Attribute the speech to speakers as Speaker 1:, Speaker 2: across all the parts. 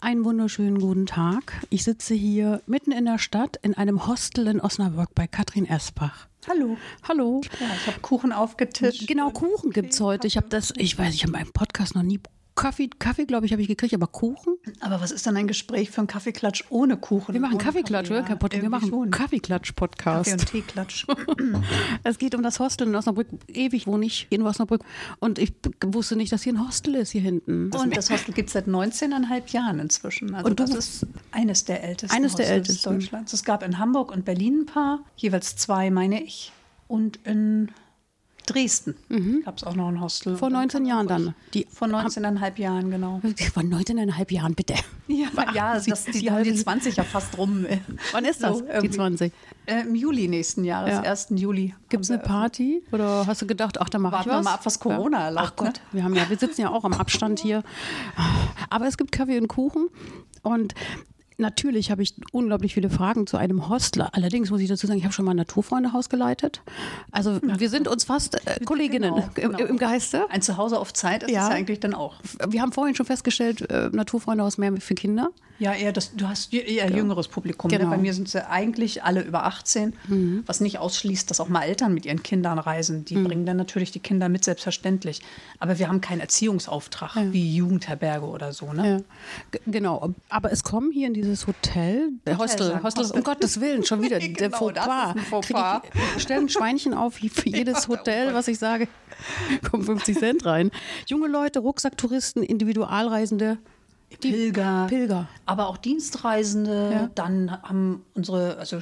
Speaker 1: Einen wunderschönen guten Tag. Ich sitze hier mitten in der Stadt in einem Hostel in Osnabrück bei Katrin Esbach.
Speaker 2: Hallo.
Speaker 1: Hallo.
Speaker 2: Ja, ich habe Kuchen aufgetischt.
Speaker 1: Genau, Kuchen gibt es heute. Ich habe das, ich weiß, ich habe meinen Podcast noch nie. Kaffee, Kaffee glaube ich, habe ich gekriegt, aber Kuchen?
Speaker 2: Aber was ist denn ein Gespräch für einen Kaffeeklatsch ohne Kuchen?
Speaker 1: Wir machen
Speaker 2: Ohne
Speaker 1: Kaffeeklatsch,
Speaker 2: Kaffee,
Speaker 1: oder?
Speaker 2: ja,
Speaker 1: Kein Podcast. Wir
Speaker 2: irgendwie
Speaker 1: machen
Speaker 2: schon. Kaffee-
Speaker 1: Kaffeeklatsch-Podcast.
Speaker 2: und Teeklatsch.
Speaker 1: Es geht um das Hostel in Osnabrück. Ewig wohne ich in Osnabrück. Und ich wusste nicht, dass hier ein Hostel ist hier hinten.
Speaker 2: Und das Hostel gibt es seit 19,5 Jahren inzwischen. Also
Speaker 1: Und du-
Speaker 2: das ist eines der ältesten
Speaker 1: Eines der
Speaker 2: Hostels
Speaker 1: ältesten.
Speaker 2: Deutschlands. Es gab in Hamburg und Berlin ein paar, jeweils zwei, meine ich. Und in Dresden gab es auch noch ein Hostel.
Speaker 1: Mhm. Vor
Speaker 2: Und
Speaker 1: 19 Jahren dann. Die,
Speaker 2: Vor 19,5 Jahren, genau.
Speaker 1: vor 19,5 Jahren, bitte.
Speaker 2: Ja, ja das, die, die haben die 20 ja fast rum.
Speaker 1: Wann ist das,
Speaker 2: So,
Speaker 1: die
Speaker 2: irgendwie.
Speaker 1: 20?
Speaker 2: Äh, Im Juli nächsten Jahres,
Speaker 1: Ja.
Speaker 2: 1. Juli.
Speaker 1: Gibt es
Speaker 2: haben
Speaker 1: eine
Speaker 2: wir
Speaker 1: Party? Oder hast du gedacht, ach, da mache ich
Speaker 2: Warten wir
Speaker 1: was?
Speaker 2: mal ab, was Corona
Speaker 1: Ja.
Speaker 2: erlaubt,
Speaker 1: Ach Gott,
Speaker 2: ne?
Speaker 1: wir, haben ja, wir sitzen ja auch am Abstand hier. Aber es gibt Kaffee und Kuchen. Und natürlich habe ich unglaublich viele Fragen zu einem Hostler. Allerdings muss ich dazu sagen, ich habe schon mal ein Naturfreundehaus geleitet. Also wir sind uns fast äh, Kolleginnen
Speaker 2: Genau,
Speaker 1: im,
Speaker 2: genau.
Speaker 1: im Geiste.
Speaker 2: Ein Zuhause auf Zeit ist
Speaker 1: Ja.
Speaker 2: es ja eigentlich dann auch.
Speaker 1: Wir haben vorhin schon festgestellt, äh, Naturfreundehaus mehr für Kinder.
Speaker 2: Ja, eher das, du hast eher jüngeres Publikum. Mhm.
Speaker 1: Genau.
Speaker 2: Ne? Bei mir sind sie eigentlich alle über 18, was nicht ausschließt, dass auch mal Eltern mit ihren Kindern reisen. Die bringen dann natürlich die Kinder mit, selbstverständlich. Aber wir haben keinen Erziehungsauftrag wie Jugendherberge oder so. Ne?
Speaker 1: Ja, G- genau. Aber es kommen hier in dieses Hotel, äh, Hostel,
Speaker 2: sagen,
Speaker 1: Hostel,
Speaker 2: Hostel.
Speaker 1: um Gottes Willen, schon wieder
Speaker 2: Genau,
Speaker 1: der
Speaker 2: das
Speaker 1: Fauxpas.
Speaker 2: ist ein Fauxpas.
Speaker 1: Krieg Ich, stell ein Schweinchen auf, wie für jedes
Speaker 2: oh
Speaker 1: Hotel, was ich sage, kommen 50 Cent rein. Junge Leute, Rucksacktouristen, Individualreisende, die
Speaker 2: Pilger,
Speaker 1: Pilger.
Speaker 2: aber auch Dienstreisende.
Speaker 1: Ja.
Speaker 2: Dann haben unsere also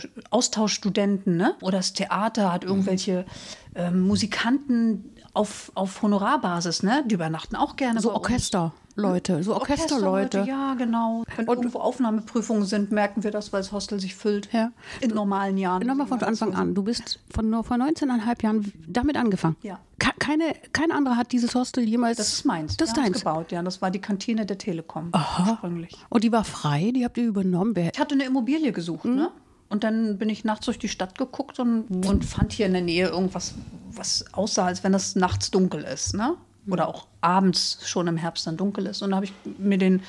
Speaker 2: Austauschstudenten ne? oder das Theater hat irgendwelche ähm, Musikanten auf, auf Honorarbasis. Ne? Die übernachten auch gerne.
Speaker 1: So
Speaker 2: bei uns.
Speaker 1: Orchesterleute, so Also Orchesterleute.
Speaker 2: Ja, genau. Wenn irgendwo Aufnahmeprüfungen sind, merken wir das, weil das Hostel sich füllt.
Speaker 1: Ja.
Speaker 2: In normalen Jahren.
Speaker 1: Nochmal von Anfang an. Du bist von nur vor 19,5 Jahren damit angefangen.
Speaker 2: Ja.
Speaker 1: Ke- Keine, kein anderer hat dieses Hostel jemals.
Speaker 2: Das ist meins.
Speaker 1: Das ist
Speaker 2: Wir haben es
Speaker 1: deins.
Speaker 2: gebaut, ja. Das war die Kantine der Telekom ursprünglich.
Speaker 1: Und die war frei, die habt ihr übernommen. Wer,
Speaker 2: Ich hatte eine Immobilie gesucht, ne? Und dann bin ich nachts durch die Stadt geguckt und, und fand hier in der Nähe irgendwas, was aussah, als wenn es nachts dunkel ist, ne? Oder auch abends schon im Herbst dann dunkel ist. Und da habe ich mir den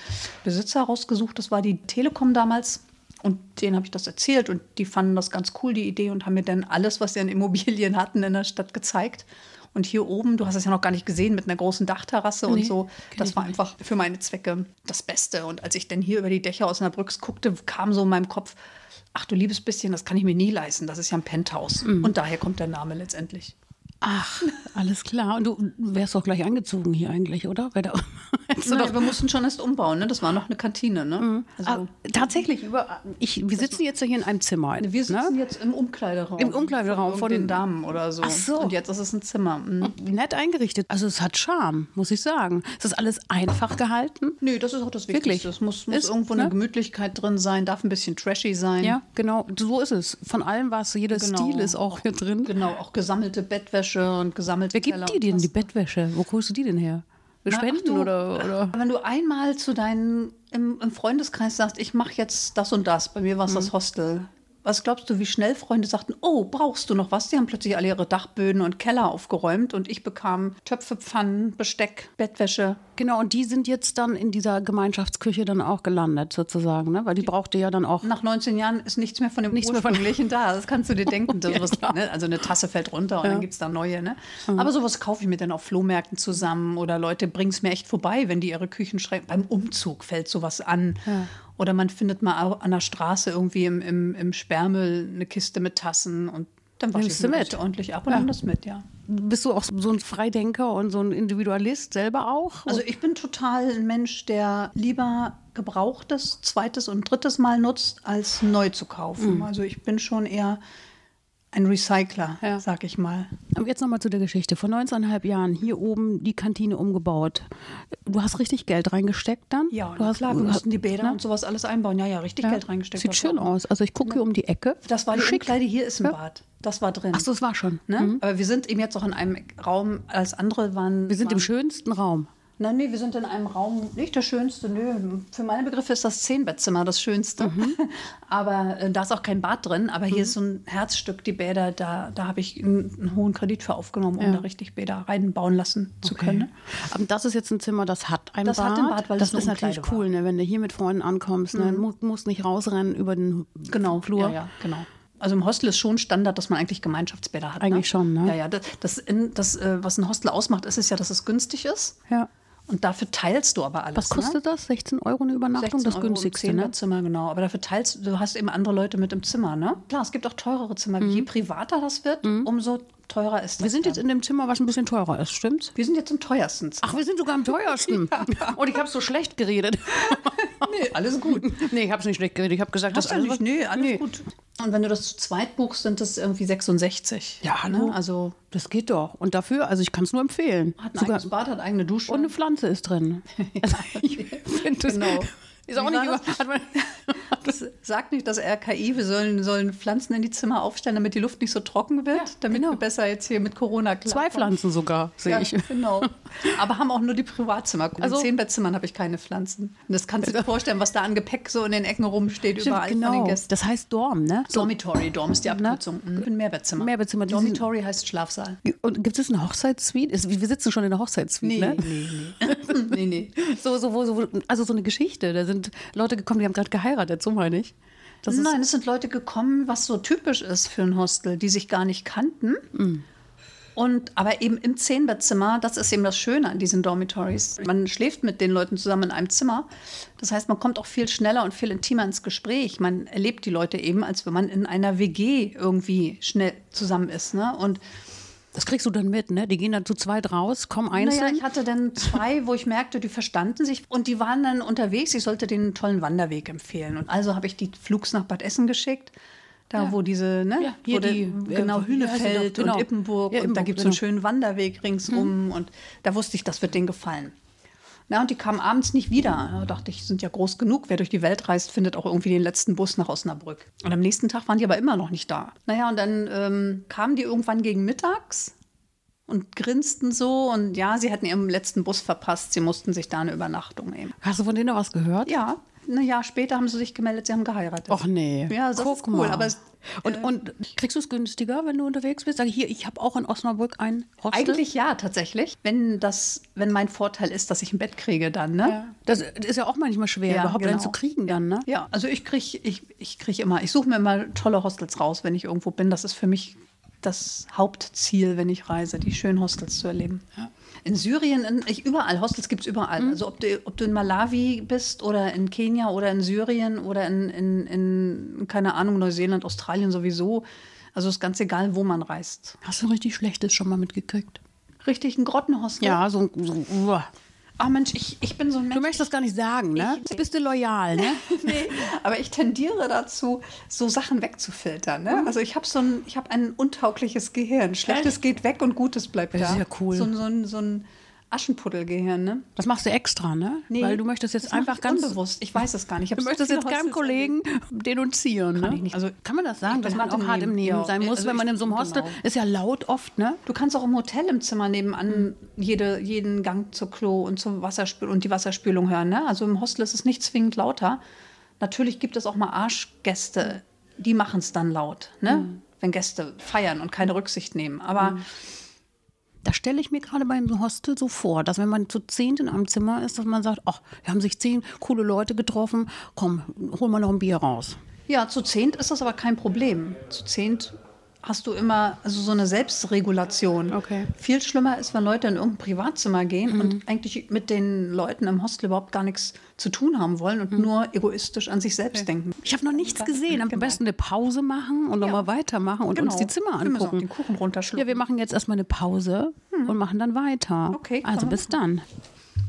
Speaker 2: Besitzer rausgesucht, das war die Telekom damals. Und denen habe ich das erzählt und die fanden das ganz cool, die Idee, und haben mir dann alles, was sie an Immobilien hatten, in der Stadt gezeigt. Und hier oben, du hast es ja noch gar nicht gesehen, mit einer großen Dachterrasse
Speaker 1: Nee,
Speaker 2: und so,
Speaker 1: kenn ich
Speaker 2: das war einfach für meine Zwecke das Beste. Und als ich dann hier über die Dächer aus Brücks guckte, kam so in meinem Kopf, ach du liebes bisschen, das kann ich mir nie leisten, das ist ja ein Penthouse.
Speaker 1: Mhm.
Speaker 2: Und daher kommt der Name letztendlich.
Speaker 1: Ach, alles klar. Und du wärst doch gleich angezogen hier eigentlich, oder? Weil da, hättest du
Speaker 2: Nein,
Speaker 1: doch-
Speaker 2: wir mussten schon erst umbauen, ne? das war noch eine Kantine. Ne?
Speaker 1: Ah,
Speaker 2: Also,
Speaker 1: tatsächlich, über, ich, wir sitzen jetzt ja hier in einem Zimmer.
Speaker 2: wir sitzen
Speaker 1: ne?
Speaker 2: jetzt im Umkleideraum.
Speaker 1: Im Umkleideraum
Speaker 2: von,
Speaker 1: von-
Speaker 2: den Damen oder so.
Speaker 1: Ach so. Oh.
Speaker 2: Und jetzt ist es ein Zimmer. Mhm.
Speaker 1: nett eingerichtet. Also es hat Charme, muss ich sagen. Es ist alles einfach gehalten.
Speaker 2: Nö, das ist auch das
Speaker 1: Wirklich?
Speaker 2: Wichtigste. Es muss, muss
Speaker 1: Ist,
Speaker 2: irgendwo eine
Speaker 1: ne?
Speaker 2: Gemütlichkeit drin sein, darf ein bisschen trashy sein.
Speaker 1: Ja, genau. So ist es. Von allem was, jeder
Speaker 2: Genau.
Speaker 1: Stil ist auch hier drin.
Speaker 2: Genau, auch gesammelte Bettwäsche und gesammelte
Speaker 1: Wer gibt
Speaker 2: Teller
Speaker 1: dir
Speaker 2: und
Speaker 1: denn
Speaker 2: was.
Speaker 1: die Bettwäsche? Wo holst du die denn her?
Speaker 2: Na, ach
Speaker 1: Spenden
Speaker 2: du,
Speaker 1: oder, oder?
Speaker 2: Wenn du einmal zu deinen im, im Freundeskreis sagst, ich mache jetzt das und das, bei mir war es
Speaker 1: Mhm.
Speaker 2: das Hostel. Was glaubst du, wie schnell Freunde sagten, oh, brauchst du noch was? Die haben plötzlich alle ihre Dachböden und Keller aufgeräumt und ich bekam Töpfe, Pfannen, Besteck, Bettwäsche.
Speaker 1: Genau, und die sind jetzt dann in dieser Gemeinschaftsküche dann auch gelandet, sozusagen, ne? Weil die brauchte ja dann auch.
Speaker 2: Nach 19 Jahren ist nichts mehr von dem
Speaker 1: Nichts mehr von-
Speaker 2: ursprünglichen da. Das kannst du dir denken. Das
Speaker 1: Ja,
Speaker 2: was,
Speaker 1: klar.
Speaker 2: ne? Also eine Tasse fällt runter und dann gibt es da neue. Ne? Aber sowas kaufe ich mir dann auf Flohmärkten zusammen oder Leute bringen es mir echt vorbei, wenn die ihre Küchenschränke. Beim Umzug fällt sowas an. Oder man findet mal au- an der Straße irgendwie im, im, im Sperrmüll eine Kiste mit Tassen und dann wasche ich
Speaker 1: Nimmst du
Speaker 2: mir
Speaker 1: mit.
Speaker 2: das ordentlich ab und nimm das mit, ja.
Speaker 1: Bist du auch so ein Freidenker und so ein Individualist selber auch?
Speaker 2: Also ich bin total ein Mensch, der lieber gebrauchtes, zweites und drittes Mal nutzt, als neu zu kaufen. Also ich bin schon eher ein Recycler,
Speaker 1: Ja.
Speaker 2: sag ich mal.
Speaker 1: Aber jetzt nochmal zu der Geschichte. Vor 19,5 Jahren hier oben die Kantine umgebaut. Du hast richtig Geld reingesteckt dann?
Speaker 2: Ja,
Speaker 1: du hast,
Speaker 2: klar, wir
Speaker 1: du hast-
Speaker 2: mussten die Bäder
Speaker 1: ne?
Speaker 2: und sowas alles einbauen. Ja, ja, richtig
Speaker 1: Ja.
Speaker 2: Geld reingesteckt.
Speaker 1: Sieht
Speaker 2: das
Speaker 1: schön
Speaker 2: war-
Speaker 1: aus. Also ich gucke hier um die Ecke.
Speaker 2: Das war die
Speaker 1: Schick.
Speaker 2: Umkleide, hier ist ein
Speaker 1: Ja.
Speaker 2: Bad. Das war drin.
Speaker 1: Ach so, es war schon.
Speaker 2: Ne? Aber wir sind eben jetzt auch in einem Raum als andere waren.
Speaker 1: Wir sind
Speaker 2: waren
Speaker 1: im schönsten Raum.
Speaker 2: Na, nee, wir sind in einem Raum, nicht der schönste, nö. Für meine Begriffe ist das Zehnbettzimmer das schönste.
Speaker 1: Mhm.
Speaker 2: Aber äh, da ist auch kein Bad drin. Aber hier ist so ein Herzstück, die Bäder, da, da habe ich einen, einen hohen Kredit für aufgenommen, um
Speaker 1: Ja.
Speaker 2: da richtig Bäder reinbauen lassen zu können.
Speaker 1: ne? Aber das ist jetzt ein Zimmer, das hat ein
Speaker 2: Das
Speaker 1: Bad.
Speaker 2: hat ein Bad, weil
Speaker 1: das
Speaker 2: es eine
Speaker 1: ist natürlich
Speaker 2: Umkleide war. Mhm.
Speaker 1: cool, ne? wenn du hier mit Freunden ankommst. Ne? Mu- musst nicht rausrennen über den
Speaker 2: Genau,
Speaker 1: Flur.
Speaker 2: Ja, ja, genau. Also im Hostel ist schon Standard, dass man eigentlich Gemeinschaftsbäder hat.
Speaker 1: Eigentlich
Speaker 2: ne?
Speaker 1: schon, ne?
Speaker 2: Ja, ja. Das, das, in, das äh, was ein Hostel ausmacht, ist es ja, dass es günstig ist.
Speaker 1: Ja.
Speaker 2: Und dafür teilst du aber alles.
Speaker 1: Was kostet das? 16 Euro eine
Speaker 2: ne?
Speaker 1: Übernachtung, das
Speaker 2: Euro im
Speaker 1: günstigste. Ne?
Speaker 2: Zimmer, genau. Aber dafür teilst du, hast eben andere Leute mit im Zimmer, ne? Klar, es gibt auch teurere Zimmer. Je privater das wird, umso teurer ist das.
Speaker 1: Wir sind
Speaker 2: dann.
Speaker 1: jetzt in dem Zimmer, was ein bisschen teurer ist, stimmt's?
Speaker 2: wir sind jetzt im teuersten Zimmer.
Speaker 1: Ach, wir sind sogar am teuersten. Und ich habe so schlecht geredet.
Speaker 2: nee, alles gut.
Speaker 1: nee, ich habe es nicht schlecht geredet. Ich habe gesagt,
Speaker 2: Das
Speaker 1: das
Speaker 2: ist nicht, nee, alles
Speaker 1: nee.
Speaker 2: gut. Und wenn du das zu zweit buchst, sind das irgendwie 66.
Speaker 1: Ja, hallo.
Speaker 2: Ne? Also
Speaker 1: Das geht doch. Und dafür, also ich kann es nur empfehlen.
Speaker 2: hat ein
Speaker 1: Sogar,
Speaker 2: eigenes Bad, hat eigene Dusche.
Speaker 1: und eine Pflanze ist drin. Also, ich find das-
Speaker 2: Genau.
Speaker 1: Ist auch
Speaker 2: Wie
Speaker 1: nicht
Speaker 2: war
Speaker 1: über, hat man,
Speaker 2: Das sagt nicht das RKI, wir sollen, sollen Pflanzen in die Zimmer aufstellen, damit die Luft nicht so trocken wird, damit wir besser jetzt hier mit Corona
Speaker 1: Zwei
Speaker 2: klarkommen.
Speaker 1: Pflanzen sogar, sehe ich.
Speaker 2: Ja, genau. Aber haben auch nur die Privatzimmer. Also,
Speaker 1: Also-
Speaker 2: in zehn Bettzimmern habe ich keine Pflanzen. Und das kannst du dir vorstellen, was da an Gepäck so in den Ecken rumsteht,
Speaker 1: Stimmt, genau.
Speaker 2: überall von den Gästen.
Speaker 1: Das heißt Dorm, ne?
Speaker 2: Dormitory, Dorm ist die Abkürzung. Mhm. Ich bin Mehrbettzimmer.
Speaker 1: Mehrbettzimmer, die sind-
Speaker 2: Dormitory heißt Schlafsaal.
Speaker 1: Und gibt es eine Hochzeitssuite? Ist- Wir sitzen schon in der Hochzeitssuite, ne?
Speaker 2: nee. nee, nee.
Speaker 1: So, so, wo, so, also so eine Geschichte. Da sind Leute gekommen, die haben gerade geheiratet, so meine ich. Das ist,
Speaker 2: Nein, es sind Leute gekommen, was so typisch ist für ein Hostel, die sich gar nicht kannten. Und aber eben im Zehnbettzimmer, das ist eben das Schöne an diesen Dormitories. Man schläft mit den Leuten zusammen in einem Zimmer. Das heißt, man kommt auch viel schneller und viel intimer ins Gespräch. Man erlebt die Leute eben, als wenn man in einer WG irgendwie schnell zusammen ist. Ne? Und
Speaker 1: das kriegst du dann mit, ne? Die gehen dann zu zweit raus, kommen einzeln.
Speaker 2: naja, ich hatte dann zwei, wo ich merkte, die verstanden sich und die waren dann unterwegs. Ich sollte denen einen tollen Wanderweg empfehlen. Und also habe ich die flugs nach Bad Essen geschickt. Da, wo diese, ne,
Speaker 1: Ja, hier
Speaker 2: wo der-
Speaker 1: die, äh,
Speaker 2: genau,
Speaker 1: wie heißen die doch?
Speaker 2: Hühnefeld
Speaker 1: Genau.
Speaker 2: und Ippenburg.
Speaker 1: Ja,
Speaker 2: und da
Speaker 1: Ippenburg,
Speaker 2: gibt
Speaker 1: genau.
Speaker 2: es
Speaker 1: Mhm.
Speaker 2: einen schönen Wanderweg ringsum. Und da wusste ich, das wird denen gefallen. Na, und die kamen abends nicht wieder. Da dachte ich, sind ja groß genug. Wer durch die Welt reist, findet auch irgendwie den letzten Bus nach Osnabrück. Und am nächsten Tag waren die aber immer noch nicht da. Naja, und dann ähm, kamen die irgendwann gegen mittags und grinsten so. Und ja, sie hatten ihren letzten Bus verpasst. Sie mussten sich da eine Übernachtung nehmen.
Speaker 1: Hast du von denen noch was gehört?
Speaker 2: Ja, ein Jahr später haben sie sich gemeldet, sie haben geheiratet.
Speaker 1: Och nee.
Speaker 2: Ja, das
Speaker 1: Guck
Speaker 2: ist cool,
Speaker 1: mal.
Speaker 2: aber es- äh,
Speaker 1: und, und kriegst du es günstiger, wenn du unterwegs bist? Sag ich, hier, ich habe auch in Osnabrück ein Hostel.
Speaker 2: Eigentlich ja, tatsächlich. Wenn das, wenn mein Vorteil ist, dass ich ein Bett kriege, dann, ne?
Speaker 1: Ja. Das ist ja auch manchmal schwer,
Speaker 2: Ja,
Speaker 1: überhaupt einen
Speaker 2: genau.
Speaker 1: zu kriegen dann, ne?
Speaker 2: Ja, also ich kriege ich, ich krieg immer, ich suche mir immer tolle Hostels raus, wenn ich irgendwo bin. Das ist für mich das Hauptziel, wenn ich reise, die schönen Hostels zu erleben. In Syrien, in, ich, überall, Hostels gibt es überall.
Speaker 1: Mhm.
Speaker 2: Also ob du, ob du in Malawi bist oder in Kenia oder in Syrien oder in, in, in keine Ahnung, Neuseeland, Australien sowieso. Also ist ganz egal, wo man reist.
Speaker 1: Hast du ein richtig schlechtes schon mal mitgekriegt?
Speaker 2: Richtig ein Grottenhostel.
Speaker 1: Ja, so, ein- so uah.
Speaker 2: Ah Mensch, ich, ich bin so ein Mensch.
Speaker 1: Du möchtest das gar nicht sagen, ne?
Speaker 2: Ich-
Speaker 1: Jetzt bist du loyal, ne?
Speaker 2: nee, aber ich tendiere dazu, so Sachen wegzufiltern.
Speaker 1: Mhm.
Speaker 2: Ne? Also ich habe so ein, ich habe ein untaugliches Gehirn. Schlechtes geht weg und Gutes bleibt
Speaker 1: Das
Speaker 2: da.
Speaker 1: ist ja cool.
Speaker 2: So, ein- so ein, so ein Aschenputtelgehirn, ne?
Speaker 1: Das machst du extra, ne? Weil du möchtest jetzt
Speaker 2: das mach
Speaker 1: einfach
Speaker 2: ich
Speaker 1: ganz.
Speaker 2: unbewusst. Ich weiß es gar nicht. Ich hab
Speaker 1: Du
Speaker 2: so
Speaker 1: möchtest
Speaker 2: viele
Speaker 1: jetzt keinem
Speaker 2: Hostels
Speaker 1: Kollegen denunzieren, ne?
Speaker 2: ich nicht.
Speaker 1: Also kann man das sagen, dass
Speaker 2: bin halt
Speaker 1: man
Speaker 2: hart
Speaker 1: auch
Speaker 2: im
Speaker 1: hart
Speaker 2: Nehmen.
Speaker 1: im Nehmen
Speaker 2: Ja,
Speaker 1: sein muss,
Speaker 2: also
Speaker 1: wenn
Speaker 2: ich-
Speaker 1: man in so einem Hostel
Speaker 2: genau.
Speaker 1: ist ja laut oft, ne?
Speaker 2: Du kannst auch im Hotel im Zimmer nebenan jede, jeden Gang zur Klo und zum Wasserspül und die Wasserspülung hören. Ne? Also im Hostel ist es nicht zwingend lauter. Natürlich gibt es auch mal Arschgäste, die machen es dann laut, ne? wenn Gäste feiern und keine Rücksicht nehmen. Aber
Speaker 1: Das stelle ich mir gerade beim Hostel so vor, dass wenn man zu zehn in einem Zimmer ist, dass man sagt, ach, wir haben sich zehn coole Leute getroffen, komm, hol mal noch ein Bier raus.
Speaker 2: ja, zu zehnt ist das aber kein Problem. Zu zehnt hast du immer also so eine Selbstregulation.
Speaker 1: Okay.
Speaker 2: Viel schlimmer ist, wenn Leute in irgendein Privatzimmer gehen und eigentlich mit den Leuten im Hostel überhaupt gar nichts zu tun haben wollen und nur egoistisch an sich selbst denken.
Speaker 1: Ich habe noch nichts gesehen. Am
Speaker 2: Genau.
Speaker 1: besten eine Pause machen und nochmal weitermachen und uns die Zimmer
Speaker 2: Wir müssen auch
Speaker 1: angucken.
Speaker 2: den Kuchen runterschlucken.
Speaker 1: Ja, wir machen jetzt erstmal eine Pause und machen dann weiter.
Speaker 2: Hm. Okay, kann
Speaker 1: Also
Speaker 2: man
Speaker 1: bis dann.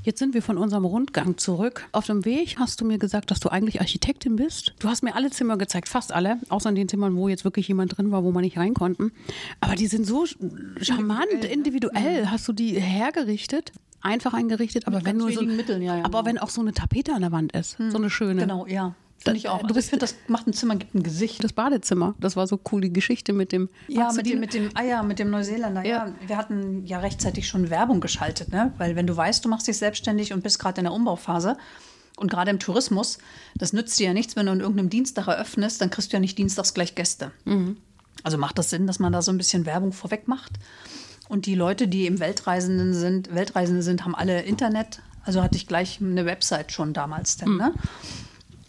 Speaker 1: Jetzt sind wir von unserem Rundgang zurück. Auf dem Weg hast du mir gesagt, dass du eigentlich Architektin bist. Du hast mir alle Zimmer gezeigt, fast alle, außer in den Zimmern, wo jetzt wirklich jemand drin war, wo man nicht rein konnten. Aber die sind so sch- charmant,
Speaker 2: ne?
Speaker 1: individuell.
Speaker 2: Mhm.
Speaker 1: Hast du die hergerichtet? Einfach eingerichtet, aber wenn
Speaker 2: ganz
Speaker 1: nur so
Speaker 2: wenigen Mitteln, ja, ja,
Speaker 1: aber
Speaker 2: genau. Mhm.
Speaker 1: wenn auch so eine Tapete an der Wand ist, so eine schöne.
Speaker 2: Genau, ja. Finde ich auch.
Speaker 1: äh, Du
Speaker 2: Also ich
Speaker 1: bist
Speaker 2: finde, das macht ein Zimmer, gibt ein Gesicht.
Speaker 1: das Badezimmer. Das war so cool, die Geschichte mit dem.
Speaker 2: Ja,
Speaker 1: Hast du
Speaker 2: mit
Speaker 1: die-
Speaker 2: dem, mit dem Eier, mit dem Neuseeländer. Ja. wir hatten ja rechtzeitig schon Werbung geschaltet, ne? Weil wenn du weißt, du machst dich selbstständig und bist gerade in der Umbauphase und gerade im Tourismus, das nützt dir ja nichts, wenn du an irgendeinem Dienstag eröffnest, dann kriegst du ja nicht dienstags gleich Gäste.
Speaker 1: Mhm.
Speaker 2: Also macht das Sinn, dass man da so ein bisschen Werbung vorweg macht. Und die Leute, die im Weltreisenden sind, Weltreisende sind, haben alle Internet. Also hatte ich gleich eine Website schon damals,
Speaker 1: Mhm.
Speaker 2: denn, ne?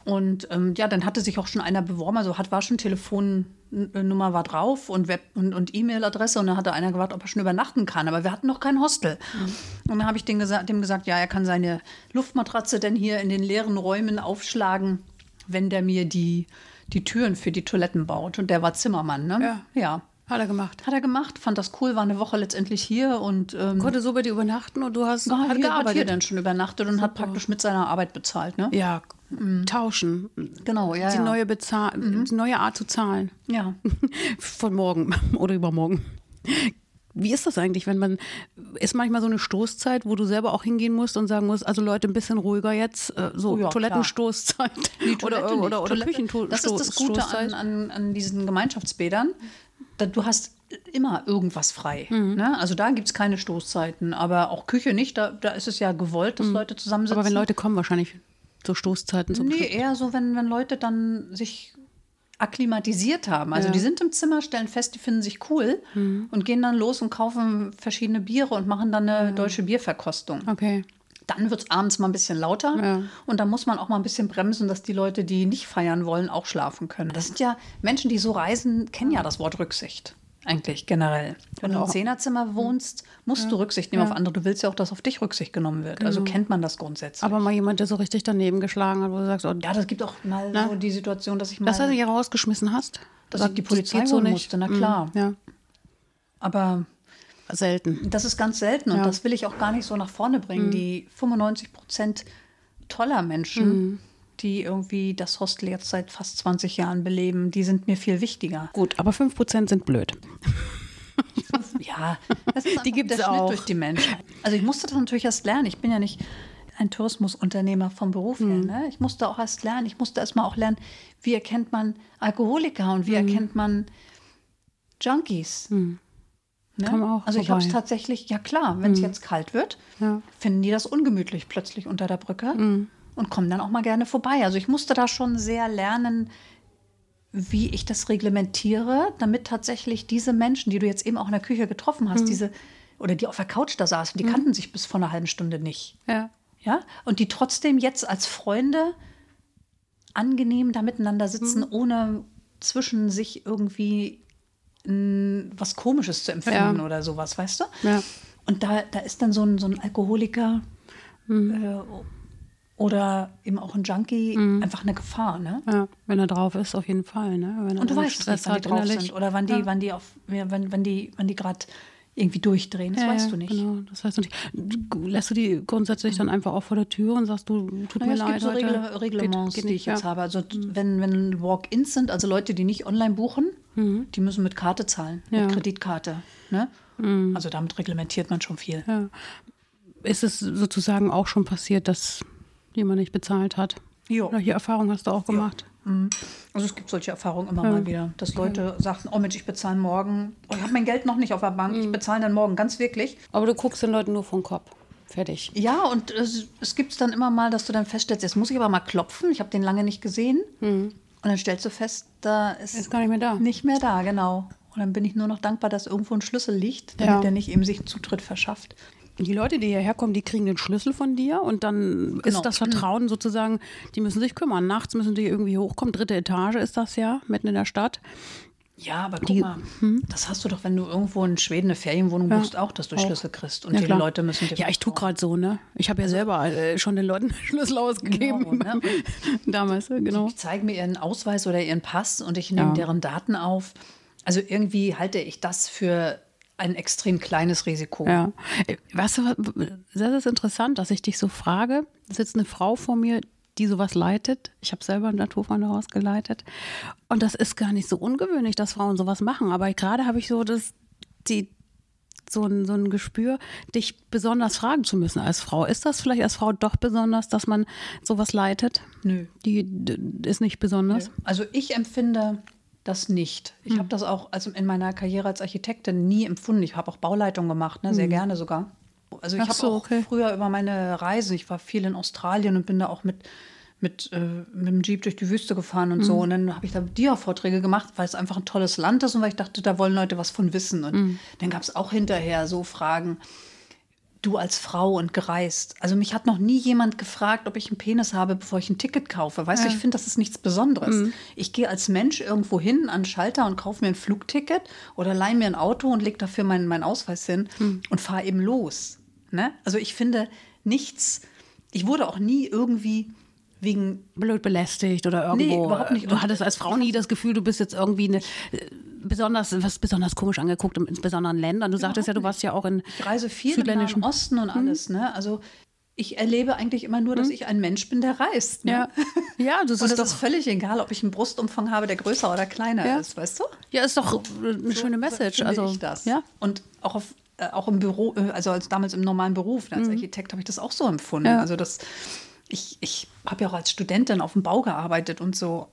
Speaker 2: Und ähm, ja, dann hatte sich auch schon einer beworben, also hat, war schon Telefonnummer war drauf und Web und, und E-Mail-Adresse und dann hatte einer gefragt, ob er schon übernachten kann, aber wir hatten noch kein Hostel.
Speaker 1: Mhm.
Speaker 2: Und dann habe ich den gesa dem gesagt, ja, er kann seine Luftmatratze denn hier in den leeren Räumen aufschlagen, wenn der mir die, die Türen für die Toiletten baut. Und der war Zimmermann, ne? Ja.
Speaker 1: Hat er gemacht.
Speaker 2: Hat er gemacht, fand das cool, war eine Woche letztendlich hier und ähm,
Speaker 1: Konnte so bei dir übernachten und du hast
Speaker 2: hat,
Speaker 1: hat
Speaker 2: hier, hat hier
Speaker 1: gearbeitet.
Speaker 2: dann schon übernachtet und hat praktisch mit seiner Arbeit bezahlt, ne?
Speaker 1: ja, tauschen.
Speaker 2: Genau, ja. Mhm.
Speaker 1: die,
Speaker 2: ja.
Speaker 1: neue Bezahl die neue Art zu zahlen.
Speaker 2: ja.
Speaker 1: Von morgen oder übermorgen. Wie ist das eigentlich, wenn man, ist manchmal so eine Stoßzeit, wo du selber auch hingehen musst und sagen musst, also Leute, ein bisschen ruhiger jetzt, äh, so
Speaker 2: Oh Ja, klar.
Speaker 1: Toilettenstoßzeit
Speaker 2: Nee, Toilette
Speaker 1: oder,
Speaker 2: nicht.
Speaker 1: oder, oder
Speaker 2: Toilette- Das ist das Gute an,
Speaker 1: Küchenstoßzeit.
Speaker 2: an, an diesen Gemeinschaftsbädern. Da, du hast immer irgendwas frei.
Speaker 1: Mhm.
Speaker 2: Ne? Also da gibt es keine Stoßzeiten, aber auch Küche nicht. Da, da ist es ja gewollt, dass Leute zusammensitzen.
Speaker 1: Mhm. Aber wenn Leute kommen, wahrscheinlich zu Stoßzeiten. Zum
Speaker 2: Nee, eher so, wenn, wenn Leute dann sich akklimatisiert haben. Also
Speaker 1: Ja. Mhm.
Speaker 2: die sind im Zimmer, stellen fest, die finden sich cool und gehen dann los und kaufen verschiedene Biere und machen dann
Speaker 1: Mhm.
Speaker 2: eine deutsche Bierverkostung.
Speaker 1: Okay.
Speaker 2: Dann wird es abends mal ein bisschen lauter
Speaker 1: Ja.
Speaker 2: und dann muss man auch mal ein bisschen bremsen, dass die Leute, die nicht feiern wollen, auch schlafen können. Das sind ja Menschen, die so reisen, kennen ja das Wort Rücksicht eigentlich generell. Wenn
Speaker 1: Genau.
Speaker 2: du im
Speaker 1: Mhm.
Speaker 2: Zehnerzimmer wohnst, musst du Rücksicht nehmen auf andere. Du willst ja auch, dass auf dich Rücksicht genommen wird. Also kennt man das grundsätzlich.
Speaker 1: Genau. Aber mal jemand, der so richtig daneben geschlagen hat, wo du sagst, oh,
Speaker 2: ja, das gibt auch mal
Speaker 1: Na?
Speaker 2: so die Situation, dass ich mal,
Speaker 1: das, was du hier rausgeschmissen hast,
Speaker 2: dass
Speaker 1: sagt,
Speaker 2: ich die
Speaker 1: das
Speaker 2: Polizei
Speaker 1: geht so
Speaker 2: holen
Speaker 1: nicht.
Speaker 2: musste. Na
Speaker 1: Mhm.
Speaker 2: klar.
Speaker 1: Ja,
Speaker 2: Aber
Speaker 1: selten.
Speaker 2: Das ist ganz selten und
Speaker 1: Ja. Mhm.
Speaker 2: das will ich auch gar nicht so nach vorne bringen. Die 95 Prozent toller
Speaker 1: Mhm.
Speaker 2: Menschen, die irgendwie das Hostel jetzt seit fast 20 Jahren beleben, die sind mir viel wichtiger.
Speaker 1: Gut, aber 5% sind blöd.
Speaker 2: Ja, das ist
Speaker 1: Die
Speaker 2: einfach
Speaker 1: gibt's
Speaker 2: der Schnitt
Speaker 1: auch.
Speaker 2: durch die Menschen. Also ich musste das natürlich erst lernen. Ich bin ja nicht ein Tourismusunternehmer vom Beruf
Speaker 1: Mhm.
Speaker 2: her. Ne? Ich musste auch erst lernen. Ich musste erst mal auch lernen, wie erkennt man Alkoholiker und wie
Speaker 1: Mhm.
Speaker 2: erkennt man Junkies. Ne?
Speaker 1: Hm. Komm auch
Speaker 2: also ich habe es
Speaker 1: vorbei. Hm.
Speaker 2: tatsächlich, ja klar, wenn es jetzt kalt wird,
Speaker 1: Ja. Hm.
Speaker 2: finden die das ungemütlich plötzlich unter der Brücke und kommen dann auch mal gerne vorbei. Also ich musste da schon sehr lernen, wie ich das reglementiere, damit tatsächlich diese Menschen, die du jetzt eben auch in der Küche getroffen
Speaker 1: Hm.
Speaker 2: hast, diese oder die auf der Couch da saßen, die kannten sich bis vor einer halben Stunde nicht.
Speaker 1: Ja.
Speaker 2: Ja? Und die trotzdem jetzt als Freunde angenehm da miteinander sitzen,
Speaker 1: Mhm.
Speaker 2: ohne zwischen sich irgendwie mm, was Komisches zu empfinden
Speaker 1: Ja.
Speaker 2: oder sowas, weißt du?
Speaker 1: Ja.
Speaker 2: Und da, da ist dann so ein, so ein Alkoholiker
Speaker 1: Mhm.
Speaker 2: äh, oder eben auch ein Junkie einfach eine Gefahr, ne?
Speaker 1: Ja, wenn er drauf ist, auf jeden Fall. Ne? Wenn er
Speaker 2: Und du
Speaker 1: dann
Speaker 2: weißt es
Speaker 1: Stress
Speaker 2: nicht, wann die
Speaker 1: hat
Speaker 2: drauf
Speaker 1: innerlich.
Speaker 2: sind oder wann die,
Speaker 1: Ja.
Speaker 2: wann die auf, ja, wann, wann die, wann die gerade irgendwie durchdrehen. Das
Speaker 1: Ja,
Speaker 2: weißt
Speaker 1: ja,
Speaker 2: du nicht.
Speaker 1: Genau, das weißt du nicht. Mhm. Du- Lässt du die grundsätzlich dann einfach auch vor der Tür und sagst du, tut
Speaker 2: Naja,
Speaker 1: mir
Speaker 2: es
Speaker 1: leid.
Speaker 2: gibt so
Speaker 1: heute.
Speaker 2: Regel Reglements,
Speaker 1: Geht- geht
Speaker 2: die
Speaker 1: nicht,
Speaker 2: ich jetzt
Speaker 1: ja. Mhm.
Speaker 2: habe. Also wenn, wenn Walk-ins sind, also Leute, die nicht online buchen, die müssen mit Karte zahlen,
Speaker 1: Mhm. Ja. Mhm.
Speaker 2: mit Kreditkarte. Ne? Also damit reglementiert man schon viel.
Speaker 1: Ja. Ist es sozusagen auch schon passiert, dass jemand nicht bezahlt hat?
Speaker 2: Jo.
Speaker 1: Welche Erfahrung hast du auch gemacht?
Speaker 2: Also es gibt solche Erfahrungen immer mal wieder, dass Leute sagten, oh Mensch, ich bezahle morgen, oh, ich habe mein Geld noch nicht auf der Bank,
Speaker 1: Mhm.
Speaker 2: ich bezahle dann morgen, ganz wirklich.
Speaker 1: Aber du guckst den Leuten nur vom Kopf. Fertig.
Speaker 2: Ja, und es, es gibt es dann immer mal, dass du dann feststellst, jetzt muss ich aber mal klopfen, ich habe den lange nicht gesehen. Und dann stellst du fest, da ist,
Speaker 1: Hm. Ist gar nicht mehr da.
Speaker 2: nicht mehr da, genau. Und dann bin ich nur noch dankbar, dass irgendwo ein Schlüssel liegt, damit
Speaker 1: Ja.
Speaker 2: der nicht eben sich Zutritt verschafft.
Speaker 1: Die Leute, die hierher kommen, die kriegen den Schlüssel von dir und dann
Speaker 2: Genau.
Speaker 1: ist das Vertrauen sozusagen, die müssen sich kümmern. Nachts müssen die irgendwie hochkommen. Dritte Etage ist das ja, mitten in der Stadt.
Speaker 2: Ja, aber guck
Speaker 1: Die- Hm?
Speaker 2: mal, das hast du doch, wenn du irgendwo in Schweden eine Ferienwohnung buchst, auch, dass du Schlüssel kriegst. Und
Speaker 1: Ja,
Speaker 2: die
Speaker 1: klar.
Speaker 2: Leute müssen dir
Speaker 1: Ja, ich tue
Speaker 2: vertrauen.
Speaker 1: gerade so, ne? Ich habe ja selber äh, schon den Leuten Schlüssel ausgegeben.
Speaker 2: Genau, ne?
Speaker 1: Damals, äh, genau.
Speaker 2: Die zeigen mir ihren Ausweis oder ihren Pass und ich nehme
Speaker 1: Ja.
Speaker 2: deren Daten auf. Also irgendwie halte ich das für ein extrem kleines Risiko.
Speaker 1: Ja. Äh, Weißt du, was- das ist interessant, dass ich dich so frage. Da sitzt eine Frau vor mir, die sowas leitet. Ich habe selber ein Naturfreundehaus geleitet. Und das ist gar nicht so ungewöhnlich, dass Frauen sowas machen. Aber gerade habe ich so das, die so ein, so ein Gespür, dich besonders fragen zu müssen als Frau. Ist das vielleicht als Frau doch besonders, dass man sowas leitet?
Speaker 2: Nö.
Speaker 1: Die d- ist nicht besonders. Hm.
Speaker 2: Also ich empfinde das nicht. Ich habe das auch also in meiner Karriere als Architektin nie empfunden. Ich habe auch Bauleitung gemacht, ne? sehr gerne sogar. Also ich
Speaker 1: Hm. Ach
Speaker 2: habe
Speaker 1: so,
Speaker 2: auch
Speaker 1: okay.
Speaker 2: früher über meine Reisen, ich war viel in Australien und bin da auch mit, mit, äh, mit dem Jeep durch die Wüste gefahren und
Speaker 1: Hm.
Speaker 2: so. Und dann habe ich da Dia-Vorträge gemacht, weil es einfach ein tolles Land ist und weil ich dachte, da wollen Leute was von wissen. Und
Speaker 1: Hm.
Speaker 2: dann gab es auch hinterher so Fragen, du als Frau und gereist. Also mich hat noch nie jemand gefragt, ob ich einen Penis habe, bevor ich ein Ticket kaufe. Weißt du, ich finde, das ist nichts Besonderes. Ich gehe als Mensch irgendwo hin an den Schalter und kaufe mir ein Flugticket oder leihe mir ein Auto und lege dafür meinen, meinen Ausweis hin und fahre eben los. Ne? Also ich finde nichts, ich wurde auch nie irgendwie wegen
Speaker 1: Blöd belästigt oder irgendwo.
Speaker 2: Nee, überhaupt nicht.
Speaker 1: Du hattest als Frau nie das Gefühl, du bist jetzt irgendwie eine, äh, besonders, was besonders komisch angeguckt in besonderen Ländern. Du sagtest ja, du warst ja auch in
Speaker 2: ich reise viel im
Speaker 1: südländischen Mhm.
Speaker 2: Nahen Osten und alles. Ne? Also ich erlebe eigentlich immer nur, dass ich ein Mensch bin, der reist. Ne?
Speaker 1: Ja, ja das,
Speaker 2: Und
Speaker 1: ist,
Speaker 2: es
Speaker 1: doch,
Speaker 2: ist völlig egal, ob ich einen Brustumfang habe, der größer oder kleiner
Speaker 1: Ja.
Speaker 2: ist, weißt du?
Speaker 1: ja, ist doch äh, eine schöne Message.
Speaker 2: Finde
Speaker 1: also,
Speaker 2: ich das.
Speaker 1: Ja,
Speaker 2: Und auch, auf, äh, auch im Büro, äh, also als damals im normalen Beruf, ne, als Architekt habe ich das auch so empfunden.
Speaker 1: Mhm. Ja.
Speaker 2: Also das, ich, ich habe ja auch als Studentin auf dem Bau gearbeitet und so.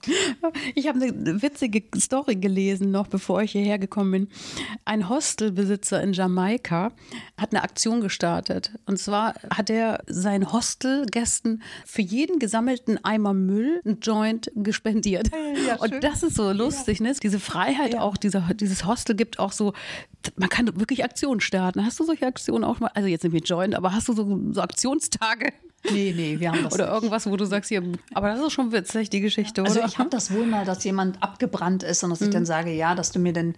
Speaker 1: Ich habe eine witzige Story gelesen, noch bevor ich hierher gekommen bin. Ein Hostelbesitzer in Jamaika hat eine Aktion gestartet. Und zwar hat er seinen Hostelgästen für jeden gesammelten Eimer Müll einen Joint gespendiert.
Speaker 2: Ja, schön.
Speaker 1: Und das ist so lustig, ne? Diese Freiheit auch, dieser, dieses Hostel gibt auch so, man kann wirklich Aktionen starten. Hast du solche Aktionen auch mal? Also jetzt sind wir Joint, aber hast du so, so Aktionstage?
Speaker 2: Nee, nee, wir haben das
Speaker 1: Oder irgendwas, wo du sagst, hier, aber das ist schon witzig, die Geschichte,
Speaker 2: Also
Speaker 1: oder? Mhm.
Speaker 2: ich habe das wohl mal, dass jemand abgebrannt ist und dass ich dann sage, ja, dass du mir denn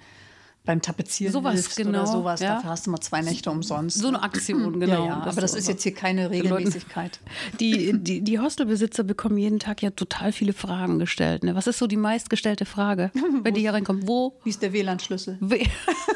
Speaker 2: beim Tapezieren
Speaker 1: Sowas,
Speaker 2: hilfst
Speaker 1: genau,
Speaker 2: oder sowas.
Speaker 1: ja.
Speaker 2: Dafür hast du mal zwei Nächte umsonst.
Speaker 1: so eine Aktion,
Speaker 2: Mhm. ja,
Speaker 1: genau.
Speaker 2: ja,
Speaker 1: Dass
Speaker 2: aber das
Speaker 1: du
Speaker 2: ist
Speaker 1: einfach-
Speaker 2: jetzt hier keine
Speaker 1: den Leuten-
Speaker 2: Regelmäßigkeit.
Speaker 1: Die, die, die Hostelbesitzer bekommen jeden Tag ja total viele Fragen gestellt. Ne? Was ist so die meistgestellte Frage, wenn die hier reinkommen? Wo?
Speaker 2: Wie ist der WLAN-Schlüssel?
Speaker 1: we-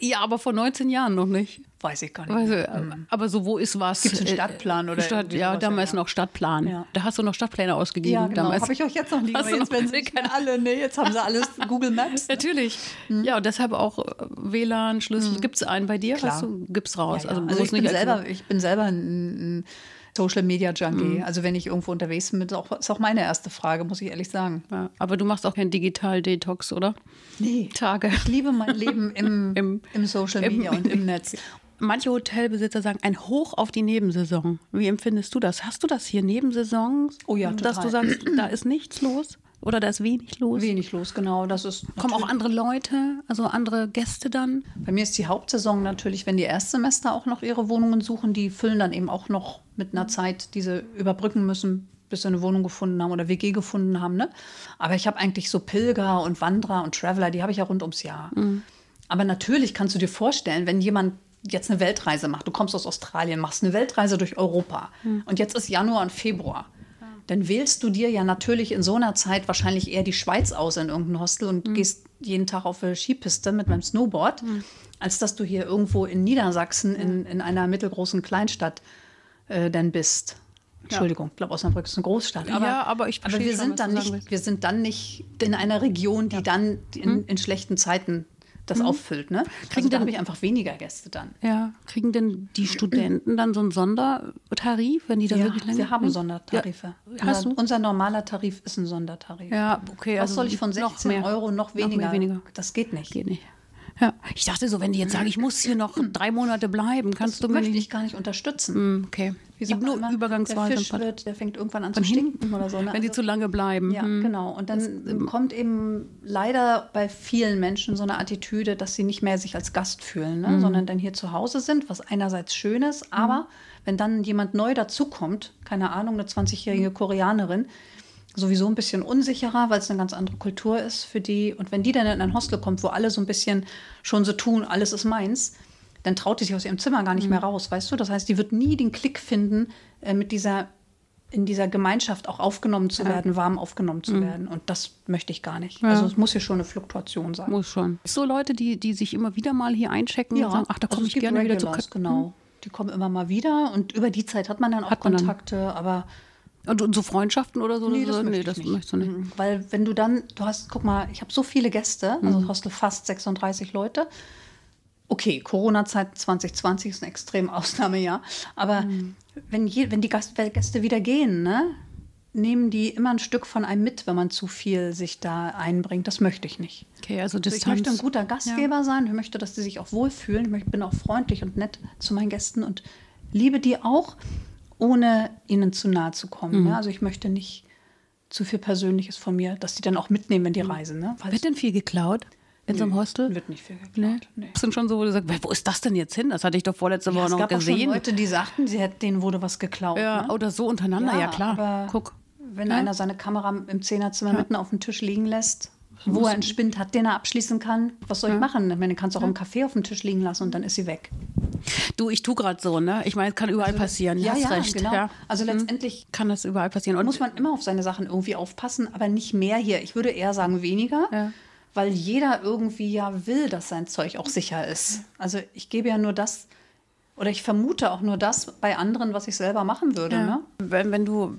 Speaker 1: ja, aber vor 19 Jahren noch nicht.
Speaker 2: Weiß ich gar nicht.
Speaker 1: Weißt du, aber so, wo ist was?
Speaker 2: Mhm. Gibt's einen
Speaker 1: Äh,
Speaker 2: Stadtplan oder
Speaker 1: Stadt,
Speaker 2: irgendwie
Speaker 1: Ja,
Speaker 2: sowas,
Speaker 1: damals
Speaker 2: ja, ja.
Speaker 1: noch Stadtplan.
Speaker 2: Ja.
Speaker 1: Da hast du noch Stadtpläne ausgegeben.
Speaker 2: ja, genau.
Speaker 1: damals.
Speaker 2: Habe ich euch jetzt noch nie.
Speaker 1: Hast
Speaker 2: Aber
Speaker 1: du
Speaker 2: jetzt
Speaker 1: noch
Speaker 2: werden sie nicht mehr alle, ne? Jetzt haben sie alles Google Maps.
Speaker 1: Natürlich.
Speaker 2: Mhm.
Speaker 1: Ja, und deshalb auch äh, WLAN, Schlüssel. Gibt es einen bei dir?
Speaker 2: Klar.
Speaker 1: Hast du, gibt's raus.
Speaker 2: Ja, ja.
Speaker 1: Also,
Speaker 2: Also,
Speaker 1: muss
Speaker 2: ich, bin
Speaker 1: nicht
Speaker 2: selber, ich bin selber ein, ein Social Media
Speaker 1: Mhm.
Speaker 2: Junkie. Also wenn ich irgendwo unterwegs bin, ist auch, ist auch meine erste Frage, muss ich ehrlich sagen.
Speaker 1: Ja, aber du machst auch keinen Digital-Detox, oder?
Speaker 2: Nee.
Speaker 1: Tage.
Speaker 2: Ich liebe mein Leben im,
Speaker 1: Im-
Speaker 2: Im, Social
Speaker 1: im-
Speaker 2: Media und im Netz.
Speaker 1: Manche Hotelbesitzer sagen ein Hoch auf die Nebensaison. Wie empfindest du das? Hast du das hier Nebensaison?
Speaker 2: Oh ja,
Speaker 1: Dass du
Speaker 2: total.
Speaker 1: sagst, da ist nichts los oder da ist wenig los?
Speaker 2: Wenig los, genau. Das ist
Speaker 1: Kommen auch andere Leute, also andere Gäste dann?
Speaker 2: Bei mir ist die Hauptsaison natürlich, wenn die Erstsemester auch noch ihre Wohnungen suchen, die füllen dann eben auch noch mit einer Zeit, die sie überbrücken müssen, bis sie eine Wohnung gefunden haben oder WG gefunden haben. Ne? Aber ich habe eigentlich so Pilger und Wanderer und Traveler, die habe ich ja rund ums Jahr. Aber natürlich kannst du dir vorstellen, wenn jemand jetzt eine Weltreise macht, du kommst aus Australien, machst eine Weltreise durch Europa und jetzt ist Januar und Februar.
Speaker 1: Ah.
Speaker 2: Dann wählst du dir ja natürlich in so einer Zeit wahrscheinlich eher die Schweiz aus in irgendein Hostel
Speaker 1: Mhm.
Speaker 2: und gehst jeden Tag auf eine Skipiste mit meinem Snowboard, als dass du hier irgendwo in Niedersachsen in, in einer mittelgroßen Kleinstadt äh, dann bist. Entschuldigung, ich glaube, Osnabrück ist eine Großstadt. Aber,
Speaker 1: Ja, aber ich verstehe
Speaker 2: wir
Speaker 1: schon, was
Speaker 2: sind dann
Speaker 1: du sagen
Speaker 2: nicht,
Speaker 1: willst. Mhm.
Speaker 2: wir sind dann nicht in einer Region, die dann in, in schlechten Zeiten das auffüllt. Ne? Also
Speaker 1: Kriegen
Speaker 2: da
Speaker 1: denn-
Speaker 2: habe ich einfach weniger Gäste dann.
Speaker 1: Ja, kriegen denn die Studenten dann so einen Sondertarif, wenn die da
Speaker 2: Ja,
Speaker 1: wirklich länger
Speaker 2: wir haben
Speaker 1: sind?
Speaker 2: Sondertarife.
Speaker 1: Ja, hast
Speaker 2: unser,
Speaker 1: du?
Speaker 2: unser normaler Tarif ist ein Sondertarif.
Speaker 1: Ja, okay.
Speaker 2: Was
Speaker 1: also
Speaker 2: soll ich von
Speaker 1: noch
Speaker 2: 16
Speaker 1: mehr.
Speaker 2: Euro noch
Speaker 1: mehr
Speaker 2: weniger?
Speaker 1: weniger.
Speaker 2: Das geht nicht.
Speaker 1: Geht nicht. Ja, ich dachte so, wenn die jetzt sagen, ich muss hier noch drei Monate bleiben, kannst du mir
Speaker 2: Möchte
Speaker 1: nicht.
Speaker 2: ich gar nicht unterstützen.
Speaker 1: Hm, Okay.
Speaker 2: Wie sagt
Speaker 1: Gibt
Speaker 2: man
Speaker 1: nur
Speaker 2: immer,
Speaker 1: übergangsweise.
Speaker 2: Der
Speaker 1: ein
Speaker 2: Fisch
Speaker 1: paar-
Speaker 2: wird, der fängt irgendwann an zu
Speaker 1: Von hinten?
Speaker 2: stinken oder so. Ne?
Speaker 1: Wenn die zu lange bleiben.
Speaker 2: ja,
Speaker 1: Hm.
Speaker 2: genau. Und dann kommt eben leider bei vielen Menschen so eine Attitüde, dass sie nicht mehr sich als Gast fühlen, ne? sondern dann hier zu Hause sind, was einerseits schön ist, aber wenn dann jemand neu dazukommt, keine Ahnung, eine 20-jährige Koreanerin, sowieso ein bisschen unsicherer, weil es eine ganz andere Kultur ist für die. Und wenn die dann in ein Hostel kommt, wo alle so ein bisschen schon so tun, alles ist meins, dann traut die sich aus ihrem Zimmer gar nicht mehr raus, weißt du? Das heißt, die wird nie den Klick finden, äh, mit dieser, in dieser Gemeinschaft auch aufgenommen zu werden, warm aufgenommen
Speaker 1: Mhm.
Speaker 2: zu werden. Und das möchte ich gar nicht. Also es muss hier schon eine Fluktuation sein.
Speaker 1: Muss schon. So Leute, die, die sich immer wieder mal hier einchecken und sagen, ach, da
Speaker 2: also
Speaker 1: komme
Speaker 2: es
Speaker 1: ich
Speaker 2: gibt
Speaker 1: gerne wieder zu. Mhm.
Speaker 2: Regulars, Genau. Die kommen immer mal wieder und über die Zeit hat man dann auch
Speaker 1: Hat man dann.
Speaker 2: Kontakte, aber
Speaker 1: Und, und so Freundschaften oder so?
Speaker 2: Nee,
Speaker 1: oder
Speaker 2: das
Speaker 1: so?
Speaker 2: möchte
Speaker 1: nee,
Speaker 2: ich
Speaker 1: das
Speaker 2: nicht.
Speaker 1: möchtest du nicht.
Speaker 2: Mhm. Weil wenn
Speaker 1: Mhm.
Speaker 2: du dann, du hast, guck mal, ich habe so viele Gäste, also Hostel fast 36 Leute. okay, Corona-Zeit 2020 ist ein extrem Ausnahmejahr, aber mhm. wenn, je, wenn die Gast, Gäste wieder gehen, ne, nehmen die immer ein Stück von einem mit, wenn man zu viel sich da einbringt. Das möchte ich nicht.
Speaker 1: Okay, also
Speaker 2: Distanz.
Speaker 1: Also ich
Speaker 2: möchte ein guter Gastgeber ja. sein, ich möchte, dass die sich auch wohlfühlen, ich möchte, bin auch freundlich und nett zu meinen Gästen und liebe die auch, ohne ihnen zu nahe zu kommen. Mhm. Ne? Also ich möchte nicht zu viel Persönliches von mir, dass die dann auch mitnehmen, wenn die mhm. reisen. Ne?
Speaker 1: Wird denn viel geklaut? In so einem Hostel?
Speaker 2: Wird nicht viel geklaut.
Speaker 1: Nee. Nee. Sind schon so, wo du sagst, wo ist das denn jetzt hin? Das hatte ich doch vorletzte Woche
Speaker 2: ja,
Speaker 1: noch
Speaker 2: gab
Speaker 1: gesehen.
Speaker 2: Auch schon Leute, die sagten, sie hätten, denen wurde was geklaut.
Speaker 1: Ja,
Speaker 2: ne?
Speaker 1: oder so untereinander, ja, ja klar. Guck.
Speaker 2: Wenn
Speaker 1: ja.
Speaker 2: einer seine Kamera im Zehnerzimmer mitten auf dem Tisch liegen lässt, wo er einen Spind hat, den er abschließen kann, was soll ich machen? Ich meine, kannst du auch im Café auf dem Tisch liegen lassen und dann ist sie weg.
Speaker 1: Du, ich tue gerade so, ne? Ich meine, es kann überall
Speaker 2: Also,
Speaker 1: passieren.
Speaker 2: ja,
Speaker 1: hast
Speaker 2: ja,
Speaker 1: recht.
Speaker 2: genau.
Speaker 1: Ja. Hm.
Speaker 2: Also letztendlich
Speaker 1: kann das überall passieren. Und
Speaker 2: muss man immer auf seine Sachen irgendwie aufpassen, aber nicht mehr hier. Ich würde eher sagen weniger,
Speaker 1: Ja.
Speaker 2: weil jeder irgendwie ja will, dass sein Zeug auch sicher ist. Also ich gebe ja nur das oder ich vermute auch nur das bei anderen, was ich selber machen würde. Ne?
Speaker 1: wenn, wenn du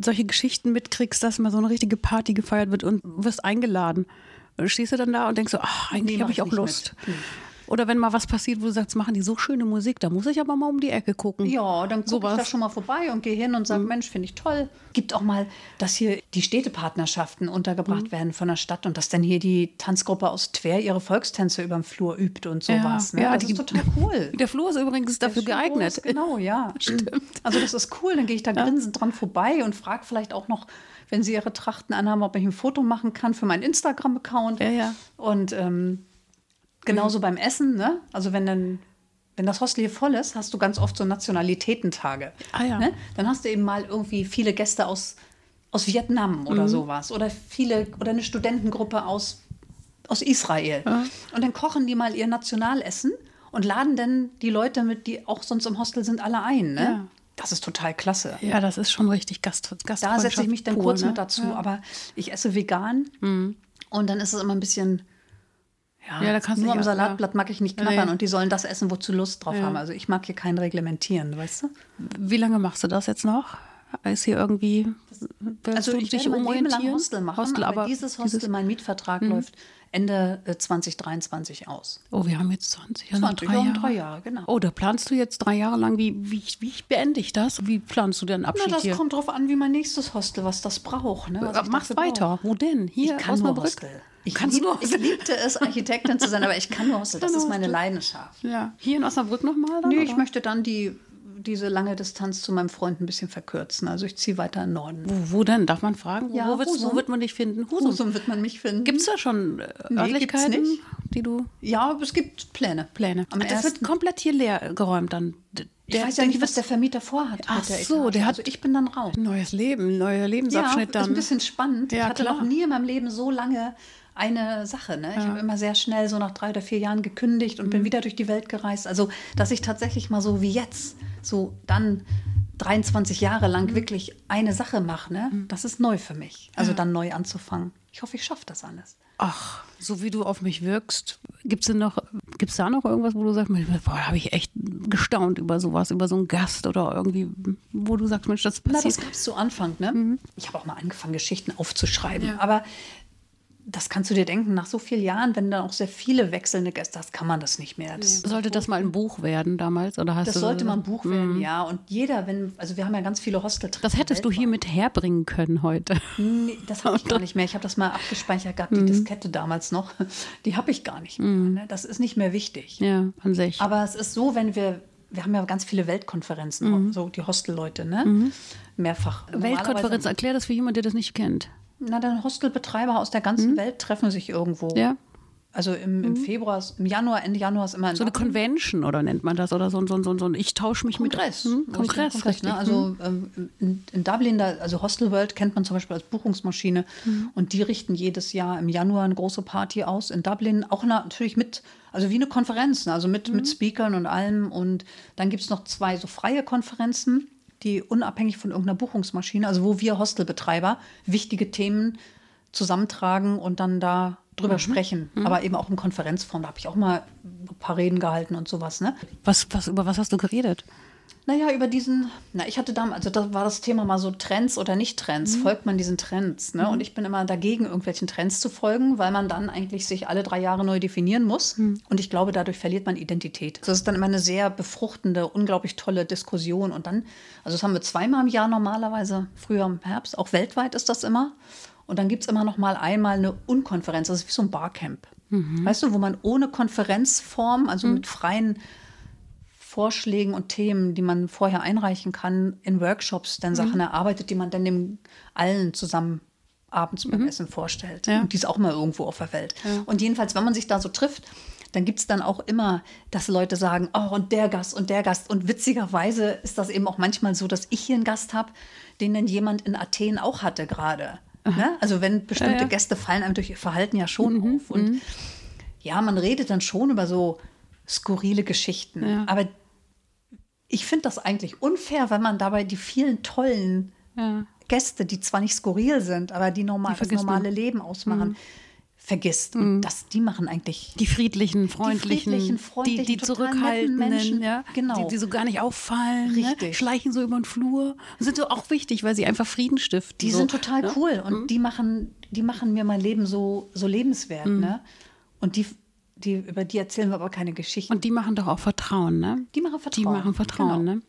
Speaker 1: solche Geschichten mitkriegst, dass mal so eine richtige Party gefeiert wird und wirst eingeladen, stehst du dann da und denkst so, ach, eigentlich
Speaker 2: Nee, mach
Speaker 1: habe ich
Speaker 2: ich
Speaker 1: auch
Speaker 2: nicht Hm.
Speaker 1: Lust.
Speaker 2: mit.
Speaker 1: Oder wenn mal was passiert, wo du sagst, machen die so schöne Musik, da muss ich aber mal um die Ecke gucken.
Speaker 2: Ja, dann gucke ich da
Speaker 1: Sowas. Mhm.
Speaker 2: schon mal vorbei und gehe hin und sage, Mensch, finde ich toll. Gibt auch mal, dass hier die Städtepartnerschaften untergebracht
Speaker 1: Mhm.
Speaker 2: werden von der Stadt und dass dann hier die Tanzgruppe aus Twer ihre Volkstänze überm Flur übt und
Speaker 1: Ja,
Speaker 2: sowas. ne?
Speaker 1: ja,
Speaker 2: das
Speaker 1: die-
Speaker 2: ist total cool.
Speaker 1: Der Flur ist übrigens dafür
Speaker 2: Der ist schon
Speaker 1: geeignet.
Speaker 2: Groß, genau, ja. Also das ist cool. Dann gehe ich da grinsend dran vorbei und frage vielleicht auch noch, wenn sie ihre Trachten anhaben, ob ich ein Foto machen kann für meinen Instagram-Account.
Speaker 1: Ja, ja.
Speaker 2: Und ähm, genauso beim Essen, ne? Also wenn dann. Wenn das Hostel hier voll ist, hast du ganz oft so Nationalitätentage.
Speaker 1: Ah, ja.
Speaker 2: ne? Dann hast du eben mal irgendwie viele Gäste aus, aus Vietnam oder
Speaker 1: Mhm.
Speaker 2: sowas. Oder viele, oder eine Studentengruppe aus aus Israel. Und dann kochen die mal ihr Nationalessen und laden dann die Leute mit, die auch sonst im Hostel sind, alle ein. Ne?
Speaker 1: Ja.
Speaker 2: Das ist total klasse.
Speaker 1: Ja, das ist schon richtig Gast,
Speaker 2: Da
Speaker 1: Gastfreundschaft.
Speaker 2: setze ich mich dann
Speaker 1: pur,
Speaker 2: kurz
Speaker 1: ne? Mhm.
Speaker 2: mit dazu, aber ich esse vegan und dann ist es immer ein bisschen. Ja,
Speaker 1: Ja, da kannst du
Speaker 2: nur
Speaker 1: nicht
Speaker 2: am
Speaker 1: auch- ja.
Speaker 2: Salatblatt mag ich nicht knabbern
Speaker 1: Nee.
Speaker 2: und die sollen das essen, wozu Lust drauf
Speaker 1: Ja.
Speaker 2: haben. Also ich mag hier kein Reglementieren, weißt du?
Speaker 1: Wie lange machst du das jetzt noch? Ist hier irgendwie. willst
Speaker 2: Also
Speaker 1: du
Speaker 2: ich
Speaker 1: dich
Speaker 2: werde mein Leben lang
Speaker 1: umorientieren?
Speaker 2: Hostel machen, aber, dieses Hm. Hostel, mein Mietvertrag läuft Ende äh, 2023 aus.
Speaker 1: oh, wir haben jetzt 20, also
Speaker 2: 20
Speaker 1: drei
Speaker 2: Jahre,
Speaker 1: Jahre.
Speaker 2: drei Jahre, genau.
Speaker 1: Oh, da planst du jetzt drei Jahre lang, wie, wie, wie beende ich das? Wie planst du denn Abschied
Speaker 2: Na, das
Speaker 1: hier?
Speaker 2: kommt drauf an, wie mein nächstes Hostel, was das braucht. Ne? Was
Speaker 1: Äh,
Speaker 2: ich
Speaker 1: Mach's
Speaker 2: dafür
Speaker 1: weiter.
Speaker 2: brauche.
Speaker 1: Wo denn? Hier,
Speaker 2: ich kann nur
Speaker 1: Osnabrück?
Speaker 2: Hostel. Ich,
Speaker 1: Kannst du
Speaker 2: lieb,
Speaker 1: nur
Speaker 2: ich
Speaker 1: Hostel?
Speaker 2: liebte es, Architektin zu sein, aber ich kann nur Hostel. Das
Speaker 1: Kann nur
Speaker 2: ist meine
Speaker 1: Hostel.
Speaker 2: Leidenschaft.
Speaker 1: Ja. Hier in Osnabrück nochmal?
Speaker 2: Nee, ich möchte dann die, diese lange Distanz zu meinem Freund ein bisschen verkürzen. Also ich ziehe weiter in den Norden.
Speaker 1: Wo, wo denn? Darf man fragen? Wo,
Speaker 2: Ja,
Speaker 1: wo, wird's, wo
Speaker 2: Husum.
Speaker 1: wird man dich finden? Husum.
Speaker 2: Husum wird man mich finden.
Speaker 1: Gibt es da schon äh,
Speaker 2: Nee,
Speaker 1: Örtlichkeiten,
Speaker 2: gibt's nicht.
Speaker 1: die du.
Speaker 2: ja, aber es gibt Pläne.
Speaker 1: Pläne.
Speaker 2: Am
Speaker 1: Ach, das wird
Speaker 2: ersten-
Speaker 1: komplett hier leer geräumt dann. D-
Speaker 2: ich weiß ja nicht, was der Vermieter vorhat.
Speaker 1: Ach
Speaker 2: mit der
Speaker 1: so,
Speaker 2: Etage.
Speaker 1: der hat-
Speaker 2: also ich bin dann raus.
Speaker 1: Neues Leben, neuer Lebensabschnitt dann.
Speaker 2: ja, ist ein bisschen spannend.
Speaker 1: Ja,
Speaker 2: ich hatte
Speaker 1: klar.
Speaker 2: noch nie in meinem Leben so lange eine Sache. Ne? Ich habe immer sehr schnell, so nach drei oder vier Jahren gekündigt und bin
Speaker 1: Mhm.
Speaker 2: wieder durch die Welt gereist. Also, dass ich tatsächlich mal so wie jetzt, so dann 23 Jahre lang
Speaker 1: Mhm.
Speaker 2: wirklich eine Sache mache, ne? das ist neu für mich. Also dann neu anzufangen. Ich hoffe, ich schaffe das alles.
Speaker 1: Ach, so wie du auf mich wirkst, gibt es noch, gibt's da noch irgendwas, wo du sagst, Mensch, boah, da habe ich echt gestaunt über sowas, über so einen Gast oder irgendwie, wo du sagst, Mensch, das
Speaker 2: Na,
Speaker 1: passiert.
Speaker 2: das gab es zu Anfang, ne?
Speaker 1: Mhm.
Speaker 2: Ich habe auch mal angefangen, Geschichten aufzuschreiben. Aber das kannst du dir denken, nach so vielen Jahren, wenn dann auch sehr viele wechselnde Gäste hast, kann man das nicht mehr. Das,
Speaker 1: sollte das mal ein Buch werden damals? Oder hast
Speaker 2: Das
Speaker 1: du,
Speaker 2: sollte mal ein Buch werden, ja. Und jeder, wenn, also wir haben ja ganz viele Hosteltreffen.
Speaker 1: Mhm. Das hättest du hier mit herbringen können heute.
Speaker 2: Nee, das habe ich gar nicht mehr. Ich habe das mal abgespeichert gehabt, die
Speaker 1: Mhm.
Speaker 2: Diskette damals noch. Die habe ich gar nicht mehr. Ne? Das ist nicht mehr wichtig.
Speaker 1: Ja, an sich.
Speaker 2: Aber es ist so, wenn wir, wir haben ja ganz viele Weltkonferenzen,
Speaker 1: Mhm.
Speaker 2: so die Hostelleute, ne? Mehrfach.
Speaker 1: Weltkonferenz,
Speaker 2: Normalerweise-
Speaker 1: erklär das für jemanden, der das nicht kennt.
Speaker 2: Na, dann Hostelbetreiber aus der ganzen Welt treffen sich irgendwo.
Speaker 1: Mhm. Ja. Mhm.
Speaker 2: Also im, im Februar, ist- im Januar, Ende Januar ist immer in
Speaker 1: So eine
Speaker 2: Dublin.
Speaker 1: Convention oder nennt man das oder so ein, so ein, so ein, so ein ich tausche mich
Speaker 2: Kongress.
Speaker 1: mit.
Speaker 2: Wo
Speaker 1: Hm?
Speaker 2: ich
Speaker 1: Kongress.
Speaker 2: den
Speaker 1: richtig. Hm?
Speaker 2: ne? Also ähm, in, in Dublin, da, also Hostelworld kennt man zum Beispiel als Buchungsmaschine
Speaker 1: Hm.
Speaker 2: und die richten jedes Jahr im Januar eine große Party aus in Dublin, auch na- natürlich mit, also wie eine Konferenz, ne? also mit,
Speaker 1: Hm.
Speaker 2: mit Speakern und allem. Und dann gibt es noch zwei so freie Konferenzen, die unabhängig von irgendeiner Buchungsmaschine, also wo wir Hostelbetreiber wichtige Themen zusammentragen und dann da drüber
Speaker 1: Mhm.
Speaker 2: sprechen, aber eben auch in Konferenzform. Da habe ich auch mal ein paar Reden gehalten und sowas. Ne?
Speaker 1: was, was, über was hast du geredet?
Speaker 2: Naja, über diesen, na, ich hatte damals, also das war das Thema mal so Trends oder Nicht-Trends, folgt man diesen Trends, ne? Und ich bin immer dagegen, irgendwelchen Trends zu folgen, weil man dann eigentlich sich alle drei Jahre neu definieren muss. Und ich glaube, dadurch verliert man Identität. Das ist dann immer eine sehr befruchtende, unglaublich tolle Diskussion. Und dann, also das haben wir zweimal im Jahr normalerweise, früher im Herbst, auch weltweit ist das immer. Und dann gibt es immer noch mal einmal eine Unkonferenz, das ist wie so ein Barcamp. Weißt du, wo man ohne Konferenzform, also mit freien Vorschlägen und Themen, die man vorher einreichen kann, in Workshops
Speaker 1: Mhm.
Speaker 2: dann Sachen erarbeitet, die man dann dem allen zusammen abends beim Essen vorstellt.
Speaker 1: Mhm. Ja.
Speaker 2: Und die ist auch mal irgendwo auf der Welt. Und jedenfalls, wenn man sich da so trifft, dann gibt es dann auch immer, dass Leute sagen, oh, und der Gast und der Gast. Und witzigerweise ist das eben auch manchmal so, dass ich hier einen Gast habe, den dann jemand in Athen auch hatte gerade. Ne? Also wenn bestimmte
Speaker 1: Ja, Mhm, ja.
Speaker 2: Gäste fallen einem durch ihr Verhalten ja schon auf. Und ja, man redet dann schon über so skurrile Geschichten.
Speaker 1: Ja.
Speaker 2: Aber ich finde das eigentlich unfair, wenn man dabei die vielen tollen
Speaker 1: Ja.
Speaker 2: Gäste, die zwar nicht skurril sind, aber die normal,
Speaker 1: Die
Speaker 2: das
Speaker 1: vergisst
Speaker 2: normale
Speaker 1: man. Mhm.
Speaker 2: Leben ausmachen, vergisst. Und das, die machen eigentlich.
Speaker 1: Die friedlichen, freundlichen, die,
Speaker 2: friedlichen, freundlichen,
Speaker 1: die,
Speaker 2: total
Speaker 1: zurückhaltenden,
Speaker 2: netten Menschen,
Speaker 1: ja,
Speaker 2: genau.
Speaker 1: die, die so gar nicht auffallen, ne?
Speaker 2: Richtig.
Speaker 1: schleichen so über den Flur, sind so auch wichtig, weil sie einfach Frieden stiften.
Speaker 2: Die
Speaker 1: so. ne? Mhm.
Speaker 2: sind total cool und die, machen, die machen mir mein Leben so, so lebenswert.
Speaker 1: Mhm.
Speaker 2: Ne? Und die, die, über die erzählen wir aber keine Geschichten.
Speaker 1: Und die machen doch auch Vertrauen, ne?
Speaker 2: Die machen Vertrauen,
Speaker 1: Die machen Vertrauen,
Speaker 2: genau.
Speaker 1: ne?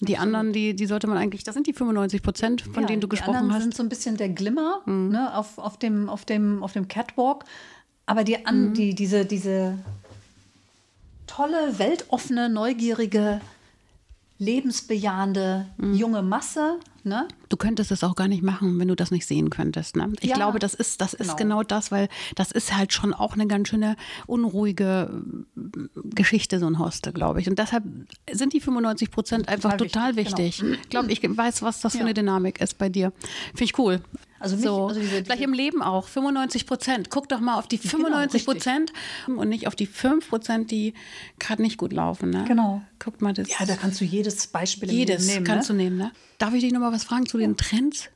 Speaker 1: Die anderen, die, die sollte man eigentlich, das sind die 95 Prozent, von
Speaker 2: Ja,
Speaker 1: denen du
Speaker 2: die
Speaker 1: gesprochen
Speaker 2: anderen
Speaker 1: hast.
Speaker 2: sind so ein bisschen der Glimmer ne, auf, auf, dem, auf, dem, auf dem Catwalk. Aber die, an, die, diese, diese tolle, weltoffene, neugierige, lebensbejahende junge Masse, ne?
Speaker 1: Du könntest das auch gar nicht machen, wenn du das nicht sehen könntest. Ne? Ich
Speaker 2: Ja,
Speaker 1: glaube, das ist, das ist
Speaker 2: genau.
Speaker 1: genau das, weil das ist halt schon auch eine ganz schöne unruhige äh, Geschichte, so ein Hostel, glaube ich. Und deshalb sind die 95 Prozent einfach
Speaker 2: Total
Speaker 1: total
Speaker 2: wichtig, genau.
Speaker 1: wichtig. Ich glaube, ich weiß, was das für
Speaker 2: Ja.
Speaker 1: eine Dynamik ist bei dir. Finde ich cool.
Speaker 2: Also mich-
Speaker 1: so.
Speaker 2: also diese- diese- Genau,
Speaker 1: Vielleicht im Leben auch, 95 Prozent. Guck doch mal auf die 95 Prozent und nicht auf die 5 Prozent, die gerade nicht gut laufen. Ne?
Speaker 2: Genau.
Speaker 1: Guck mal, das
Speaker 2: Ja, da kannst du jedes Beispiel im
Speaker 1: jedes
Speaker 2: Leben nehmen.
Speaker 1: kannst
Speaker 2: ne?
Speaker 1: du nehmen, ne? Darf ich dich noch mal was fragen zu den Trends?